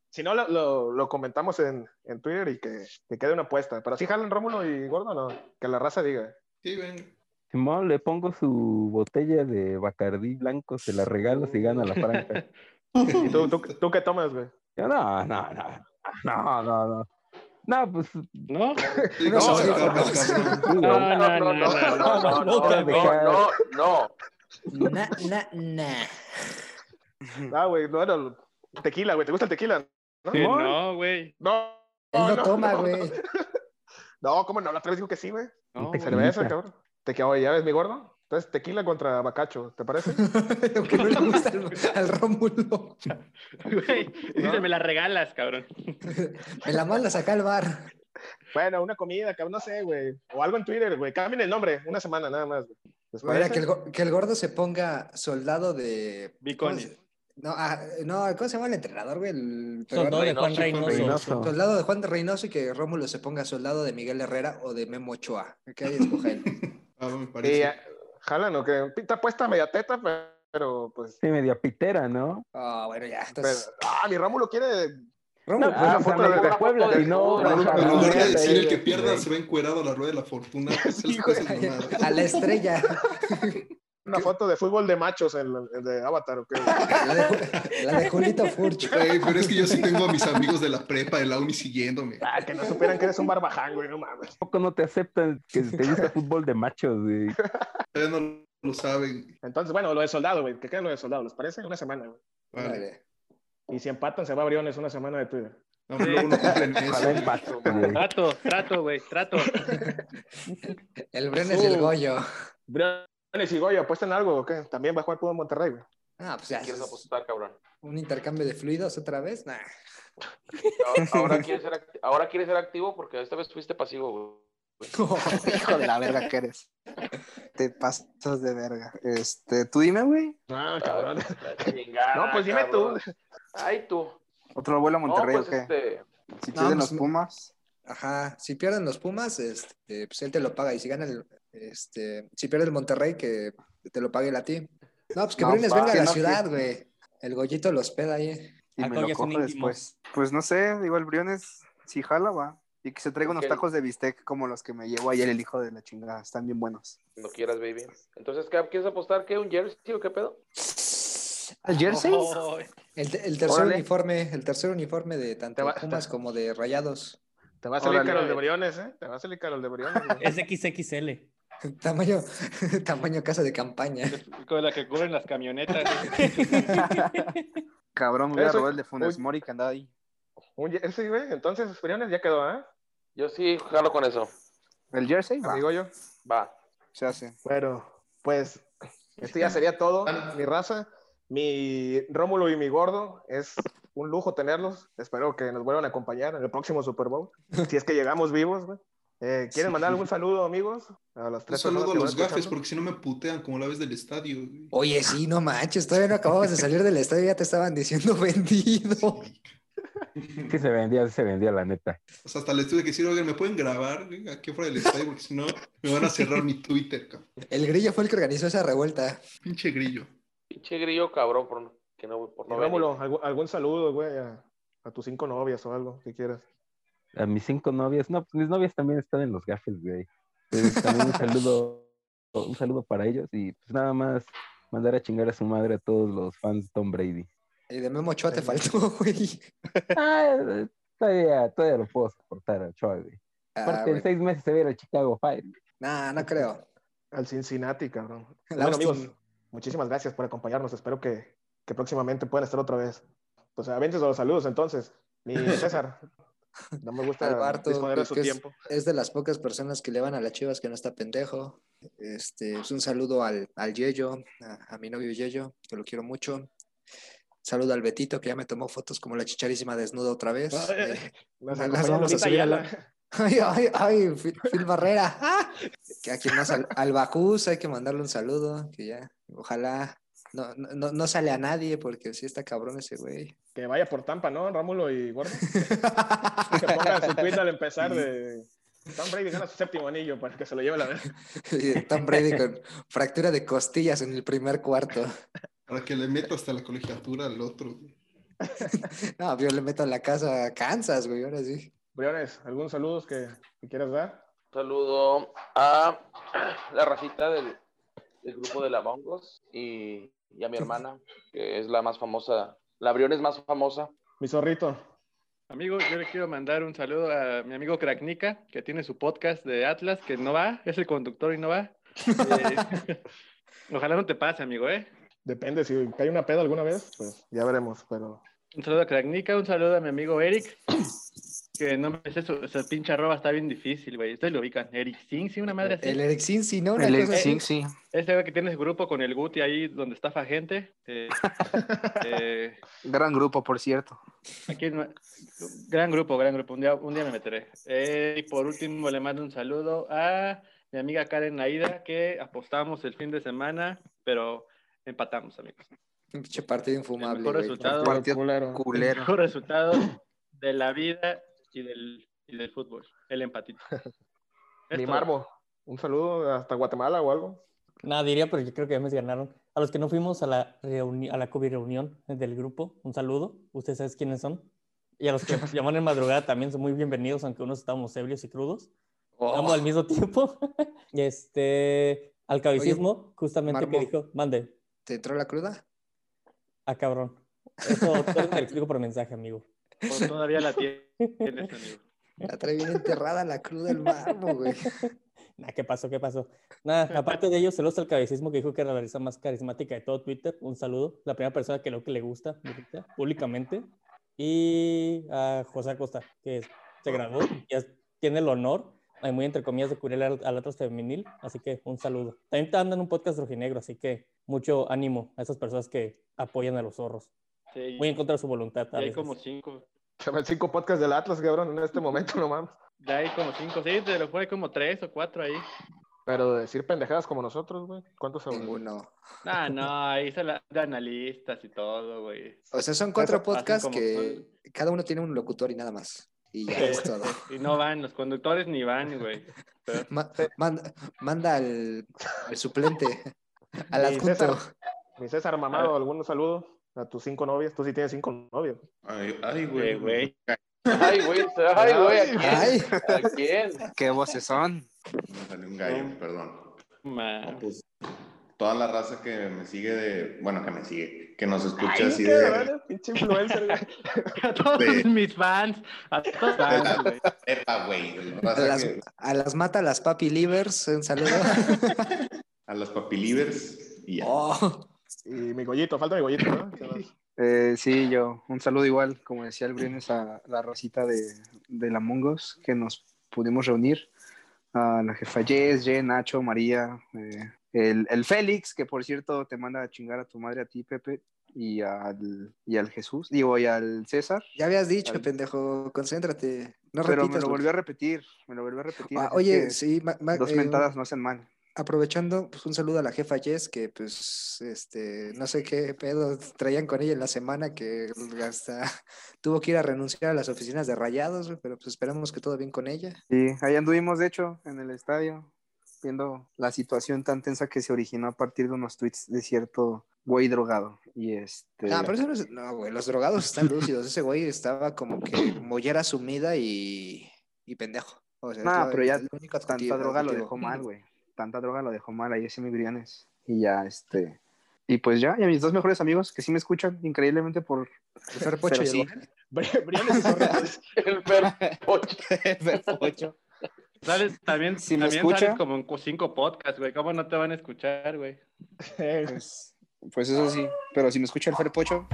Speaker 2: si no, lo, lo- lo comentamos en, en Twitter y que, que quede una apuesta. Pero sí jalan Rómulo y Gordo, no. Que la raza diga.
Speaker 10: Sí, ven.
Speaker 9: Simón, le pongo su botella de Bacardí blanco, se la regalo si gana la franja.
Speaker 2: ¿Y tú, tú, tú qué tomas, güey?
Speaker 9: Yo, no, no, no, no, no, no. No, pues.
Speaker 8: ¿No?
Speaker 9: [laughs]
Speaker 3: No,
Speaker 9: digo,
Speaker 5: No, no, no, no,
Speaker 3: no, no.
Speaker 5: no, no, no,
Speaker 9: Boca de
Speaker 5: no, no, no.
Speaker 3: Na, na, na.
Speaker 2: Ah, güey, no era lo- tequila, güey. ¿Te gusta el tequila? ¿No?
Speaker 8: Sí, no, güey.
Speaker 2: No.
Speaker 3: Él no,
Speaker 2: no,
Speaker 3: toma,
Speaker 2: no.
Speaker 3: güey.
Speaker 2: [laughs] No, ¿cómo no? La otra vez dijo que sí, güey.
Speaker 8: No,
Speaker 9: Te-
Speaker 8: güey.
Speaker 2: Cerveza, cabrón. Tequila, oye, ¿ya ves, mi gordo? Entonces, tequila contra bacacho, ¿te parece?
Speaker 3: [laughs] Lo que no le gusta al, [laughs] al Rómulo.
Speaker 8: Güey, Dice, me la regalas, cabrón.
Speaker 3: Me la mandas acá
Speaker 11: [laughs]
Speaker 3: al bar.
Speaker 2: bueno, una comida, cabrón, no sé, güey. O algo en Twitter, güey. Cambien el nombre, una semana nada más, güey. ¿Les
Speaker 3: Mira,
Speaker 2: parece?
Speaker 3: que el, go- que el gordo se ponga soldado de.
Speaker 8: Biconi.
Speaker 3: ¿cómo se- No, ah, no, ¿cómo se llama el entrenador, güey? El peruano.
Speaker 6: Soldado de Juan
Speaker 5: Reynoso,
Speaker 6: Reynoso.
Speaker 9: Reynoso.
Speaker 3: Soldado de Juan de Reynoso y que Rómulo se ponga soldado de Miguel Herrera o de Memo Ochoa. Que
Speaker 11: [laughs]
Speaker 3: ahí escoja él.
Speaker 10: Ah, me
Speaker 2: Y,
Speaker 10: parece.
Speaker 2: eh, jalan, ¿o qué? Pinta puesta media teta, pero, pero, pues.
Speaker 9: Sí, media pitera, ¿no?
Speaker 3: Ah, bueno, ya.
Speaker 2: pero-
Speaker 3: Entonces,
Speaker 2: ah, mi Rómulo quiere.
Speaker 3: Rómulo,
Speaker 2: pues, la
Speaker 9: o sea,
Speaker 2: foto
Speaker 9: medio
Speaker 2: de-
Speaker 9: de Puebla,
Speaker 5: la foto
Speaker 9: y no, no,
Speaker 5: de-
Speaker 10: Pero
Speaker 9: no,
Speaker 10: lo
Speaker 9: no,
Speaker 10: voy a
Speaker 9: no,
Speaker 10: decir, el que
Speaker 9: no,
Speaker 10: pierda
Speaker 9: no.
Speaker 10: se va encuerado a la rueda de la fortuna. Esas cosas mamadas.
Speaker 3: a la estrella.
Speaker 2: [laughs] Una foto de fútbol de machos, el, el de Avatar, ¿o qué?
Speaker 3: La de, Ju- la de
Speaker 10: [laughs]
Speaker 3: Julito Furch.
Speaker 10: Güey, pero es que yo sí tengo a mis amigos de la prepa, de la uni siguiéndome.
Speaker 2: Ah, que no supieran que eres un barbaján, Ah, güey, no mames.
Speaker 9: Tampoco no te aceptan que te gusta fútbol de machos, güey.
Speaker 10: Todavía no lo saben.
Speaker 2: Entonces, bueno, lo de soldado, güey, que quede lo de soldado, ¿les parece? Una semana, güey.
Speaker 10: Vale.
Speaker 3: Órale.
Speaker 2: Y si empatan, se va a Briones una semana de Twitter.
Speaker 10: No, luego no
Speaker 2: [laughs]
Speaker 10: cumplen
Speaker 9: Ojalá
Speaker 10: eso.
Speaker 9: empate,
Speaker 10: [laughs]
Speaker 9: güey.
Speaker 8: Trato, trato, güey, trato.
Speaker 3: [laughs] El Brenes y el
Speaker 2: Uh.
Speaker 3: Goyo.
Speaker 2: Briones y Goyo, apuestan algo, ¿o qué? También va a jugar fútbol en Monterrey, güey.
Speaker 3: Ah, pues ya.
Speaker 5: ¿Quieres
Speaker 3: es
Speaker 5: apostar, cabrón?
Speaker 3: Un intercambio de fluidos otra vez. Nah.
Speaker 5: Ahora quieres ser, act- ahora quieres ser activo porque esta vez fuiste pasivo, güey.
Speaker 11: Hijo de la verga que eres. Te pasas de verga. Este, tú dime, güey.
Speaker 2: Ah,
Speaker 5: cabrón.
Speaker 2: cabrón.
Speaker 5: La chingada,
Speaker 2: No, pues dime
Speaker 5: cabrón. Ay, tú.
Speaker 11: Otro vuelo a Monterrey,
Speaker 5: no,
Speaker 11: ¿o
Speaker 5: pues
Speaker 11: qué?
Speaker 5: este.
Speaker 11: Si
Speaker 3: No,
Speaker 11: pierden
Speaker 3: pues,
Speaker 11: los Pumas.
Speaker 3: Ajá, si pierden los Pumas, este, pues él te lo paga. Y si gana el, este, si pierde el Monterrey, que te lo pague él a ti. No, pues que
Speaker 11: No,
Speaker 3: Brines
Speaker 11: pa,
Speaker 3: venga a
Speaker 11: que
Speaker 3: la
Speaker 11: no,
Speaker 3: ciudad,
Speaker 11: que-
Speaker 3: güey. El Goyito los peda ahí.
Speaker 11: Y
Speaker 6: Ah,
Speaker 11: me
Speaker 6: no,
Speaker 11: lo
Speaker 6: ya son
Speaker 11: cojo
Speaker 6: íntimos.
Speaker 11: después. Pues no sé, digo, el Briones si jala, va. Y que se traiga unos
Speaker 5: Ok.
Speaker 11: tacos de bistec como los que me llevó ayer el hijo de la chingada. Están bien buenos.
Speaker 5: No quieras, baby. Entonces, ¿qué, ¿quieres apostar? ¿Qué? ¿Un jersey o qué pedo?
Speaker 11: ¿Al jersey?
Speaker 8: Oh,
Speaker 3: El, te- el tercer
Speaker 2: Órale.
Speaker 3: uniforme, el tercer uniforme de tanto
Speaker 2: Te va-
Speaker 3: Pumas como de Rayados.
Speaker 2: Te va a salir
Speaker 11: Órale.
Speaker 2: caro el de Briones, ¿eh? Te va a salir caro el de Briones. güey.
Speaker 6: Es XXL.
Speaker 3: [laughs] Tamaño, [laughs] tamaño casa de campaña.
Speaker 8: con la que cubren las camionetas. ¿eh?
Speaker 11: [laughs] Cabrón, me voy a
Speaker 2: Eso-
Speaker 11: robar el de Funes
Speaker 2: Uy.
Speaker 11: Mori que andaba ahí.
Speaker 2: Un jersey, güey. Entonces, Briones ya quedó, ¿eh?
Speaker 5: Yo sí jalo con eso.
Speaker 11: ¿El jersey? Va,
Speaker 2: Amigo yo.
Speaker 5: Va.
Speaker 11: se hace.
Speaker 2: Bueno, pues esto ya sería todo. Mi raza, mi Rómulo y mi Gordo, es un lujo tenerlos. Espero que nos vuelvan a acompañar en el próximo Super Bowl, si es que llegamos vivos. güey. Eh, ¿Quieren
Speaker 10: Sí.
Speaker 2: mandar algún saludo, amigos? A las
Speaker 10: Un
Speaker 2: tres
Speaker 10: saludo a
Speaker 2: personas
Speaker 10: los
Speaker 2: que van
Speaker 10: gafes,
Speaker 2: escuchando.
Speaker 10: porque si no me putean como la vez del estadio. güey.
Speaker 3: Oye, sí, no manches, todavía no acababas de salir del estadio y ya te estaban diciendo [laughs] vendido.
Speaker 9: Sí se vendía, sí se vendía, la neta.
Speaker 10: O sea, hasta les tuve que decir, oigan, ¿me pueden grabar güey, aquí fuera del estadio? Porque si no, me van a cerrar mi Twitter, cabrón.
Speaker 3: El grillo fue el que organizó esa revuelta.
Speaker 10: Pinche grillo.
Speaker 5: Pinche grillo, cabrón, por, no- que no, por
Speaker 2: Y
Speaker 5: no venir.
Speaker 2: Rómulo, algu- algún saludo, güey, a, a tus cinco novias o algo, si quieras.
Speaker 9: A mis cinco novias, no, pues, mis novias también están en los gafes, güey. Entonces, también un
Speaker 3: [laughs]
Speaker 9: saludo, un saludo para ellos y pues nada más mandar a chingar a su madre a todos los fans de Tom
Speaker 3: [laughs]
Speaker 9: Brady.
Speaker 3: Y de Memo Ochoa te faltó, [laughs] güey.
Speaker 9: Ah, eh, todavía, todavía lo puedo soportar a Ochoa, güey.
Speaker 3: Ah,
Speaker 9: Aparte, en
Speaker 3: güey.
Speaker 9: seis meses se ve el Chicago Fire.
Speaker 3: Nah, no creo.
Speaker 2: Al Cincinnati,
Speaker 3: [laughs]
Speaker 2: cabrón.
Speaker 3: Al
Speaker 2: Bueno,
Speaker 3: Austin.
Speaker 2: amigos, muchísimas gracias por acompañarnos. Espero que, que próximamente puedan estar otra vez. Pues a veces los saludos, entonces.
Speaker 3: [laughs]
Speaker 2: Mi César, no me gusta
Speaker 3: Al Barto,
Speaker 2: disponer de su
Speaker 3: pues que es-
Speaker 2: tiempo.
Speaker 3: es de las pocas personas que le van a las chivas que no está pendejo. Este, pues, un saludo al, al Yeyo, a, a mi novio Yeyo, que lo quiero mucho. Saludo al Betito, que ya me tomó fotos como la chicharísima desnuda otra vez. Eh,
Speaker 2: Nos
Speaker 3: Las
Speaker 2: acompaña
Speaker 3: vamos a
Speaker 2: Lolita
Speaker 3: subir a la-
Speaker 11: [laughs]
Speaker 2: Ayala.
Speaker 3: ay, ay, Eh, [laughs] ay, Phil, Phil Barrera. ¡Ah! Que a quien
Speaker 2: [laughs]
Speaker 3: más, al, al Bajús, hay que mandarle un saludo, que ya, ojalá. No, no, no- no sale a nadie porque sí está cabrón ese güey. [laughs]
Speaker 2: Que vaya por Tampa, ¿no? Rómulo y Gordo. Que ponga su tweet al empezar
Speaker 3: [laughs]
Speaker 2: de... Tom Brady gana su séptimo anillo para que se lo lleve la vez.
Speaker 3: Y Tom Brady con fractura de costillas en el primer cuarto.
Speaker 10: Para que le meta hasta la colegiatura al otro. güey.
Speaker 3: No, yo le meto en la casa a Kansas, güey, ahora sí.
Speaker 2: Briones, ¿algún saludos que, que quieras dar?
Speaker 5: saludo a la racita del, del grupo de la Bongos y, y a mi hermana, que es la más famosa. La Brión es más famosa.
Speaker 2: Mi zorrito.
Speaker 8: Amigo, yo le quiero mandar un saludo a mi amigo Cracknica, que tiene su podcast de Atlas, que no va, es el conductor y no va. Eh, [laughs] ojalá no te pase, amigo, ¿eh?
Speaker 2: Depende, si cae una peda alguna vez, pues ya veremos, pero...
Speaker 8: Un saludo a Cracknica, un saludo a mi amigo Eric, que no me sé, su, su pinche arroba está bien difícil, güey. Ustedes lo ubican. Eric Sin, Pues sí, una madre así.
Speaker 3: El Eric Sinsi, ¿no? Una
Speaker 11: El
Speaker 3: cosa
Speaker 11: ex
Speaker 3: así.
Speaker 11: Sing, sí.
Speaker 8: Este güey que tiene su grupo con el Guti ahí donde estafa gente.
Speaker 3: [laughs]
Speaker 8: eh, eh,
Speaker 11: Gran grupo, por cierto.
Speaker 8: Aquí no- gran grupo, gran grupo. Un día, un día me meteré. Eh, y por último, le mando un saludo a mi amiga Karen Naida, que apostamos el fin de semana, pero empatamos, amigos.
Speaker 3: Un pinche partido infumable.
Speaker 8: mejor
Speaker 3: güey.
Speaker 8: resultado.
Speaker 2: Pero
Speaker 11: Partido
Speaker 2: culero.
Speaker 8: El
Speaker 11: Culero.
Speaker 8: mejor resultado de la vida y del, y del fútbol, el empatito. Es
Speaker 2: Mi
Speaker 8: todo.
Speaker 2: marmo. Un saludo hasta Guatemala o algo.
Speaker 6: Nada, diría, pero yo creo que ya me ganaron. A los que no fuimos a la, reuni- a la COVID reunión del grupo, un saludo. Ustedes saben quiénes son. Y a los
Speaker 2: [laughs]
Speaker 6: que llaman en madrugada también son muy bienvenidos, aunque unos estábamos ebrios y crudos.
Speaker 2: Oh.
Speaker 6: Ambos al mismo tiempo. [laughs] Y este, al cabecismo, justamente
Speaker 3: Marmo.
Speaker 6: que dijo, mande,
Speaker 3: ¿Te entró la cruda?
Speaker 6: a cabrón. Eso todo te lo explico por mensaje, amigo.
Speaker 8: O todavía la
Speaker 3: [laughs]
Speaker 8: tienes, amigo.
Speaker 3: La trae bien enterrada la cruda del marmo, güey.
Speaker 6: Nah, Ah, ¿qué pasó? ¿Qué pasó? Nada, aparte de ello, saludos al cabecismo que dijo que era la risa más carismática de todo Twitter. Un saludo. La primera persona que lo que le gusta, me gusta, públicamente. Y a José Acosta, que es- se graduó y ya tiene el honor, ay, muy entre comillas, de cubrir al, al Atlas femenil. Así que un saludo. También te andan un podcast rojinegro, así que mucho ánimo a esas personas que apoyan a los zorros.
Speaker 8: Sí,
Speaker 6: Muy en contra de su voluntad.
Speaker 8: ya
Speaker 6: a
Speaker 8: hay [laughs]
Speaker 6: veces.
Speaker 8: como cinco.
Speaker 2: Se ven cinco podcasts del Atlas, cabrón, en este momento, no mames.
Speaker 8: Ya hay como cinco, sí, te lo fue como tres o cuatro ahí.
Speaker 2: Pero de decir pendejadas como nosotros, güey. ¿Cuántos aún?
Speaker 3: Ninguno.
Speaker 8: Ah, no, ahí se la de analistas y todo, güey.
Speaker 3: O sea, son cuatro
Speaker 8: Hacen
Speaker 3: podcasts
Speaker 8: como
Speaker 3: que cada uno tiene un locutor y nada más. Y ya
Speaker 8: Sí.
Speaker 3: es todo.
Speaker 8: [laughs] Y no van, los conductores ni van, güey.
Speaker 11: [laughs]
Speaker 3: Ma- manda, manda al, al suplente, al
Speaker 2: Y
Speaker 3: adjunto.
Speaker 2: César. Mi César Mamado, algún saludo a tus cinco novias. Tú sí tienes cinco novios.
Speaker 7: Ay, ay,
Speaker 8: Eh,
Speaker 7: güey.
Speaker 8: güey.
Speaker 5: Ay, güey, ay, güey, ¿a quién?
Speaker 3: Ay,
Speaker 5: ¿A quién?
Speaker 11: Qué voces son.
Speaker 7: Me salió un gallo, perdón. No,
Speaker 8: ma.
Speaker 7: pues, toda la raza que me sigue de. Bueno, que me sigue. Que nos escucha así de.
Speaker 2: cabrón, pinche influencer, güey.
Speaker 8: A todos
Speaker 7: [laughs] Sí.
Speaker 8: [laughs] mis fans, a todos fans, güey.
Speaker 7: Epa, güey. de la
Speaker 3: [laughs] a
Speaker 7: raza
Speaker 3: las,
Speaker 7: que-
Speaker 3: a las mata las papi livers, un
Speaker 11: [laughs]
Speaker 3: saludo.
Speaker 7: A los papilivers. Y ya.
Speaker 3: Oh,
Speaker 2: Y mi gollito, falta mi gollito, ¿no? ¿Qué más?
Speaker 11: Eh, sí, yo. Un saludo igual, como decía el Briones, a la rosita de, de la Mongos, que nos pudimos reunir. A la jefa Jess, Jen, Nacho, María, eh, el, el Félix, que por cierto te manda a chingar a tu madre, a ti, Pepe, y al, y al Jesús, digo, y al César.
Speaker 3: ya habías dicho,
Speaker 11: Ay.
Speaker 3: pendejo, concéntrate. No
Speaker 11: pero
Speaker 3: repitas.
Speaker 11: me lo
Speaker 3: güey.
Speaker 11: volvió a repetir, me lo volvió a repetir.
Speaker 3: Ah,
Speaker 11: así
Speaker 3: oye,
Speaker 11: que
Speaker 3: sí, ma- ma-
Speaker 11: dos
Speaker 3: eh,
Speaker 11: mentadas no hacen mal.
Speaker 3: aprovechando, pues un saludo a la jefa Jess, que pues, este, no sé qué pedo traían con ella en la semana, que hasta [laughs] tuvo que ir a renunciar a las oficinas de Rayados, güey, pero pues esperamos que todo bien con ella.
Speaker 11: Sí, ahí anduvimos, de hecho, en el estadio, viendo la situación tan tensa que se originó a partir de unos tweets de cierto güey drogado. Y este.
Speaker 3: No, Ah, pero eso no es- no, güey, los drogados están lúcidos. Ese güey estaba como que mollera sumida y, y pendejo. O sea, es
Speaker 11: Nah,
Speaker 3: lo-
Speaker 11: pero ya
Speaker 3: el único
Speaker 11: Tanta
Speaker 3: adjetivo-
Speaker 11: droga lo
Speaker 3: adjetivo.
Speaker 11: dejó mal, güey. Tanta droga lo dejó mal, ahí ese mi briones. Y ya, este. Y pues ya, y a mis dos mejores amigos que sí me escuchan increíblemente por.
Speaker 3: El Fer Pocho
Speaker 11: Pero
Speaker 3: y el
Speaker 11: sí.
Speaker 3: Borre.
Speaker 2: Bri- Briones y
Speaker 7: [laughs]
Speaker 2: Zorro.
Speaker 5: El
Speaker 11: [laughs]
Speaker 5: perpocho.
Speaker 8: Sales, también,
Speaker 11: Si me
Speaker 8: también
Speaker 11: escucha.
Speaker 8: sales como en cu- cinco podcasts, güey. ¿Cómo no te van a escuchar, güey?
Speaker 2: Eh,
Speaker 11: Pues, pues eso sí. Pero si me escucha el Fer Pocho,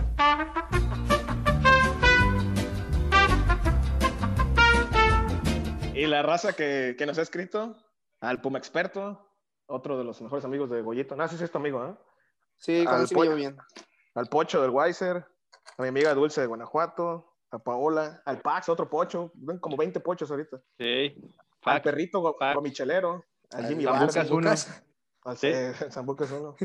Speaker 2: Y la raza que, que nos ha escrito, al Puma Experto, otro de los mejores amigos de Goyito. No, sí, sí es tu amigo, ¿eh?
Speaker 11: sí,
Speaker 2: Al
Speaker 11: con él sí me
Speaker 2: Pocho.
Speaker 11: llevo bien.
Speaker 2: Al Pocho del Weiser, a mi amiga Dulce de Guanajuato, a Paola, al Pax, otro Pocho, ven como 20 Pochos ahorita.
Speaker 8: Sí.
Speaker 2: al
Speaker 8: Fact.
Speaker 2: perrito go-
Speaker 8: Fax.
Speaker 2: gomichelero, al Jimmy
Speaker 8: Zambucas
Speaker 2: Vargas,
Speaker 8: uno.
Speaker 2: al
Speaker 8: Sí.
Speaker 2: eh, Zambucas uno,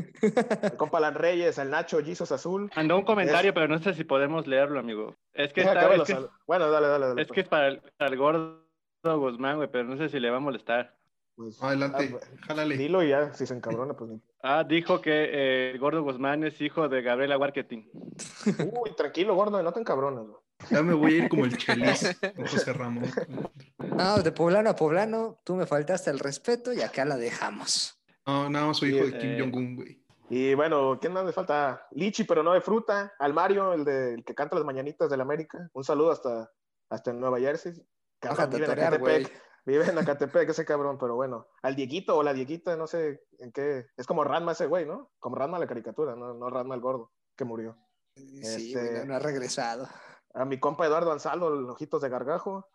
Speaker 2: al compa Lan Reyes, al Nacho Jesus Azul.
Speaker 8: Mandó un comentario, pero no sé si podemos leerlo, amigo. Es que,
Speaker 2: Deja
Speaker 8: está,
Speaker 2: acabar
Speaker 8: es,
Speaker 2: los
Speaker 8: que,
Speaker 2: sal- Bueno, dale, dale, pues. dale.
Speaker 8: es que es para el, para el gordo Guzmán, güey, pero no sé si le va a molestar.
Speaker 2: pues.
Speaker 10: Adelante,
Speaker 2: Ah, pues,
Speaker 10: jálale.
Speaker 2: Dilo y ya, si se encabrona, pues ni-
Speaker 8: Ah, dijo que
Speaker 2: [laughs]
Speaker 8: eh, el gordo Guzmán es hijo de Gabriela Warketing.
Speaker 2: Uy, tranquilo, gordo, no te encabrones. güey.
Speaker 10: Ya me voy a ir como
Speaker 3: [laughs]
Speaker 10: el Chelis, como José Ramón.
Speaker 3: No, de poblano a poblano, tú me faltaste el respeto y acá la dejamos.
Speaker 10: No, nada más soy hijo de
Speaker 2: Eh,
Speaker 10: Kim Jong-un, güey.
Speaker 2: Y bueno, ¿quién más le falta? Lichi, pero no de fruta. Al Mario, el, de, el que canta las mañanitas del América. Un saludo hasta, hasta Nueva Jersey. Cabrón,
Speaker 3: Bájate a
Speaker 2: vive en
Speaker 3: torear, güey.
Speaker 2: Acatepec. Vive en Acatepec ese cabrón, pero bueno. Al Dieguito o la Dieguita, no sé en qué. Es como Ranma ese güey, ¿no? Como Ranma la caricatura, no, no Ranma el gordo, que murió.
Speaker 3: Sí,
Speaker 2: Este-
Speaker 3: güey, no, no ha regresado.
Speaker 2: A mi compa Eduardo Ansaldo, el Ojitos de
Speaker 3: [laughs]
Speaker 2: Gargajo.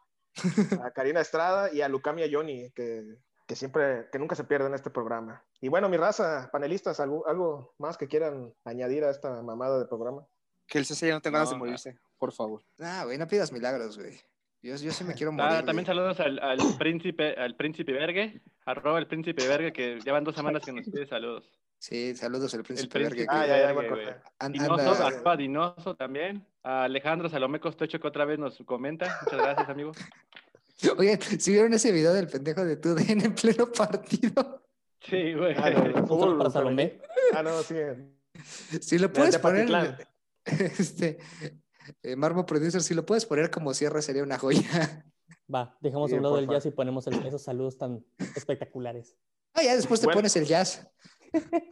Speaker 2: A Karina Estrada y a Lucamia Johnny, que, que siempre, que nunca se pierden en este programa. Y bueno, mi raza, panelistas, algo, algo más que quieran añadir a esta mamada de programa.
Speaker 4: Que el CC ya no tenga ganas de
Speaker 5: No,
Speaker 4: morirse, por favor.
Speaker 3: Ah, güey, no pidas milagros, güey. Yo, yo sí me quiero morir.
Speaker 8: Ah,
Speaker 3: güey.
Speaker 8: también saludos al,
Speaker 2: [clears throat]
Speaker 8: al príncipe, al príncipe Vergue, arroba el príncipe Vergue, que ya van dos semanas que nos
Speaker 4: [laughs]
Speaker 8: pide saludos.
Speaker 3: Sí, saludos al príncipe,
Speaker 8: príncipe-
Speaker 3: Verga,
Speaker 2: Ah,
Speaker 3: que
Speaker 2: ya, ya,
Speaker 8: verga,
Speaker 2: me acordé.
Speaker 8: güey.
Speaker 3: an-
Speaker 8: Dinoso,
Speaker 4: uh,
Speaker 3: anda,
Speaker 8: arroba Dinoso también. A Alejandro Salomé Costecho, que otra vez nos comenta. Muchas gracias, amigo.
Speaker 3: Oye, si vieron ese video del pendejo de TUDN en pleno partido?
Speaker 8: Sí, güey.
Speaker 2: Ah,
Speaker 8: [laughs]
Speaker 2: no,
Speaker 6: Un
Speaker 2: el
Speaker 6: saludo para
Speaker 2: fútbol
Speaker 6: Salomé.
Speaker 2: femenil. Ah, no, sí.
Speaker 3: [laughs] Si lo puedes
Speaker 2: de
Speaker 3: poner,
Speaker 2: Patitlán.
Speaker 3: [laughs] este, eh, Marmo Producer, si lo puedes poner como cierre sería una joya.
Speaker 6: Va, dejamos
Speaker 2: Sí,
Speaker 6: a un lado
Speaker 2: por
Speaker 6: el jazz y ponemos el- esos saludos tan espectaculares.
Speaker 3: Ah, ya después te
Speaker 2: Bueno.
Speaker 3: pones el jazz.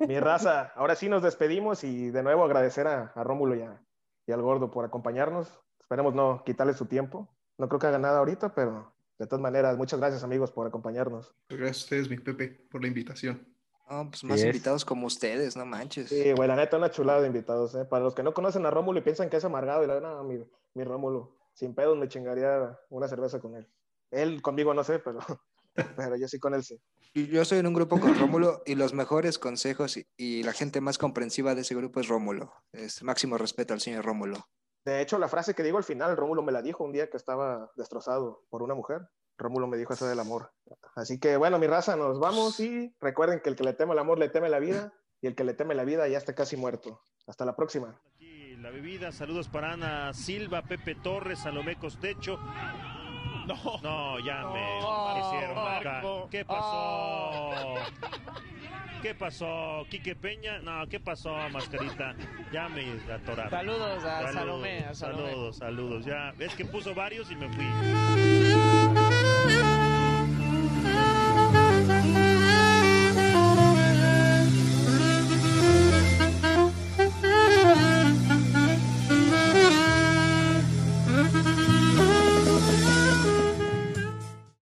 Speaker 2: Mi raza, ahora sí nos despedimos y de nuevo agradecer a, a Rómulo y, a- y al Gordo por acompañarnos. Esperemos no quitarle su tiempo. No creo que haga nada ahorita, pero de todas maneras, muchas gracias amigos por acompañarnos.
Speaker 10: Gracias a ustedes, mi Pepe, por la invitación.
Speaker 3: No, pues más
Speaker 9: es.
Speaker 3: invitados como ustedes, no manches.
Speaker 2: Sí, güey, la neta, una chulada de invitados. ¿eh? Para los que no conocen a Rómulo y piensan que es amargado, y la verdad, no, mi, mi Rómulo, sin pedos me chingaría una cerveza con él. Él conmigo no sé, pero, [laughs] pero yo sí con él sí.
Speaker 3: Y Yo estoy en un grupo con Rómulo y los mejores consejos y, y la gente más comprensiva de ese grupo es Rómulo. Es máximo respeto al señor Rómulo.
Speaker 2: De hecho, la frase que digo al final, Rómulo me la dijo un día que estaba destrozado por una mujer. Rómulo me dijo eso del amor. Así que bueno, mi raza, nos vamos y recuerden que el que le teme el amor le teme la vida y el que le teme la vida ya está casi muerto. Hasta la próxima.
Speaker 12: Aquí la bebida, saludos para Ana Silva, Pepe Torres, Salomé Costecho. No, no, ya me
Speaker 1: Oh,
Speaker 12: hicieron acá. ¿Qué pasó? ¿Qué pasó? ¿Quique Peña? No, ¿qué pasó, mascarita? Ya me atoraron.
Speaker 1: Saludos a Salomé, a Salomé.
Speaker 12: Saludos, saludos. Ya, es que puso varios y me fui.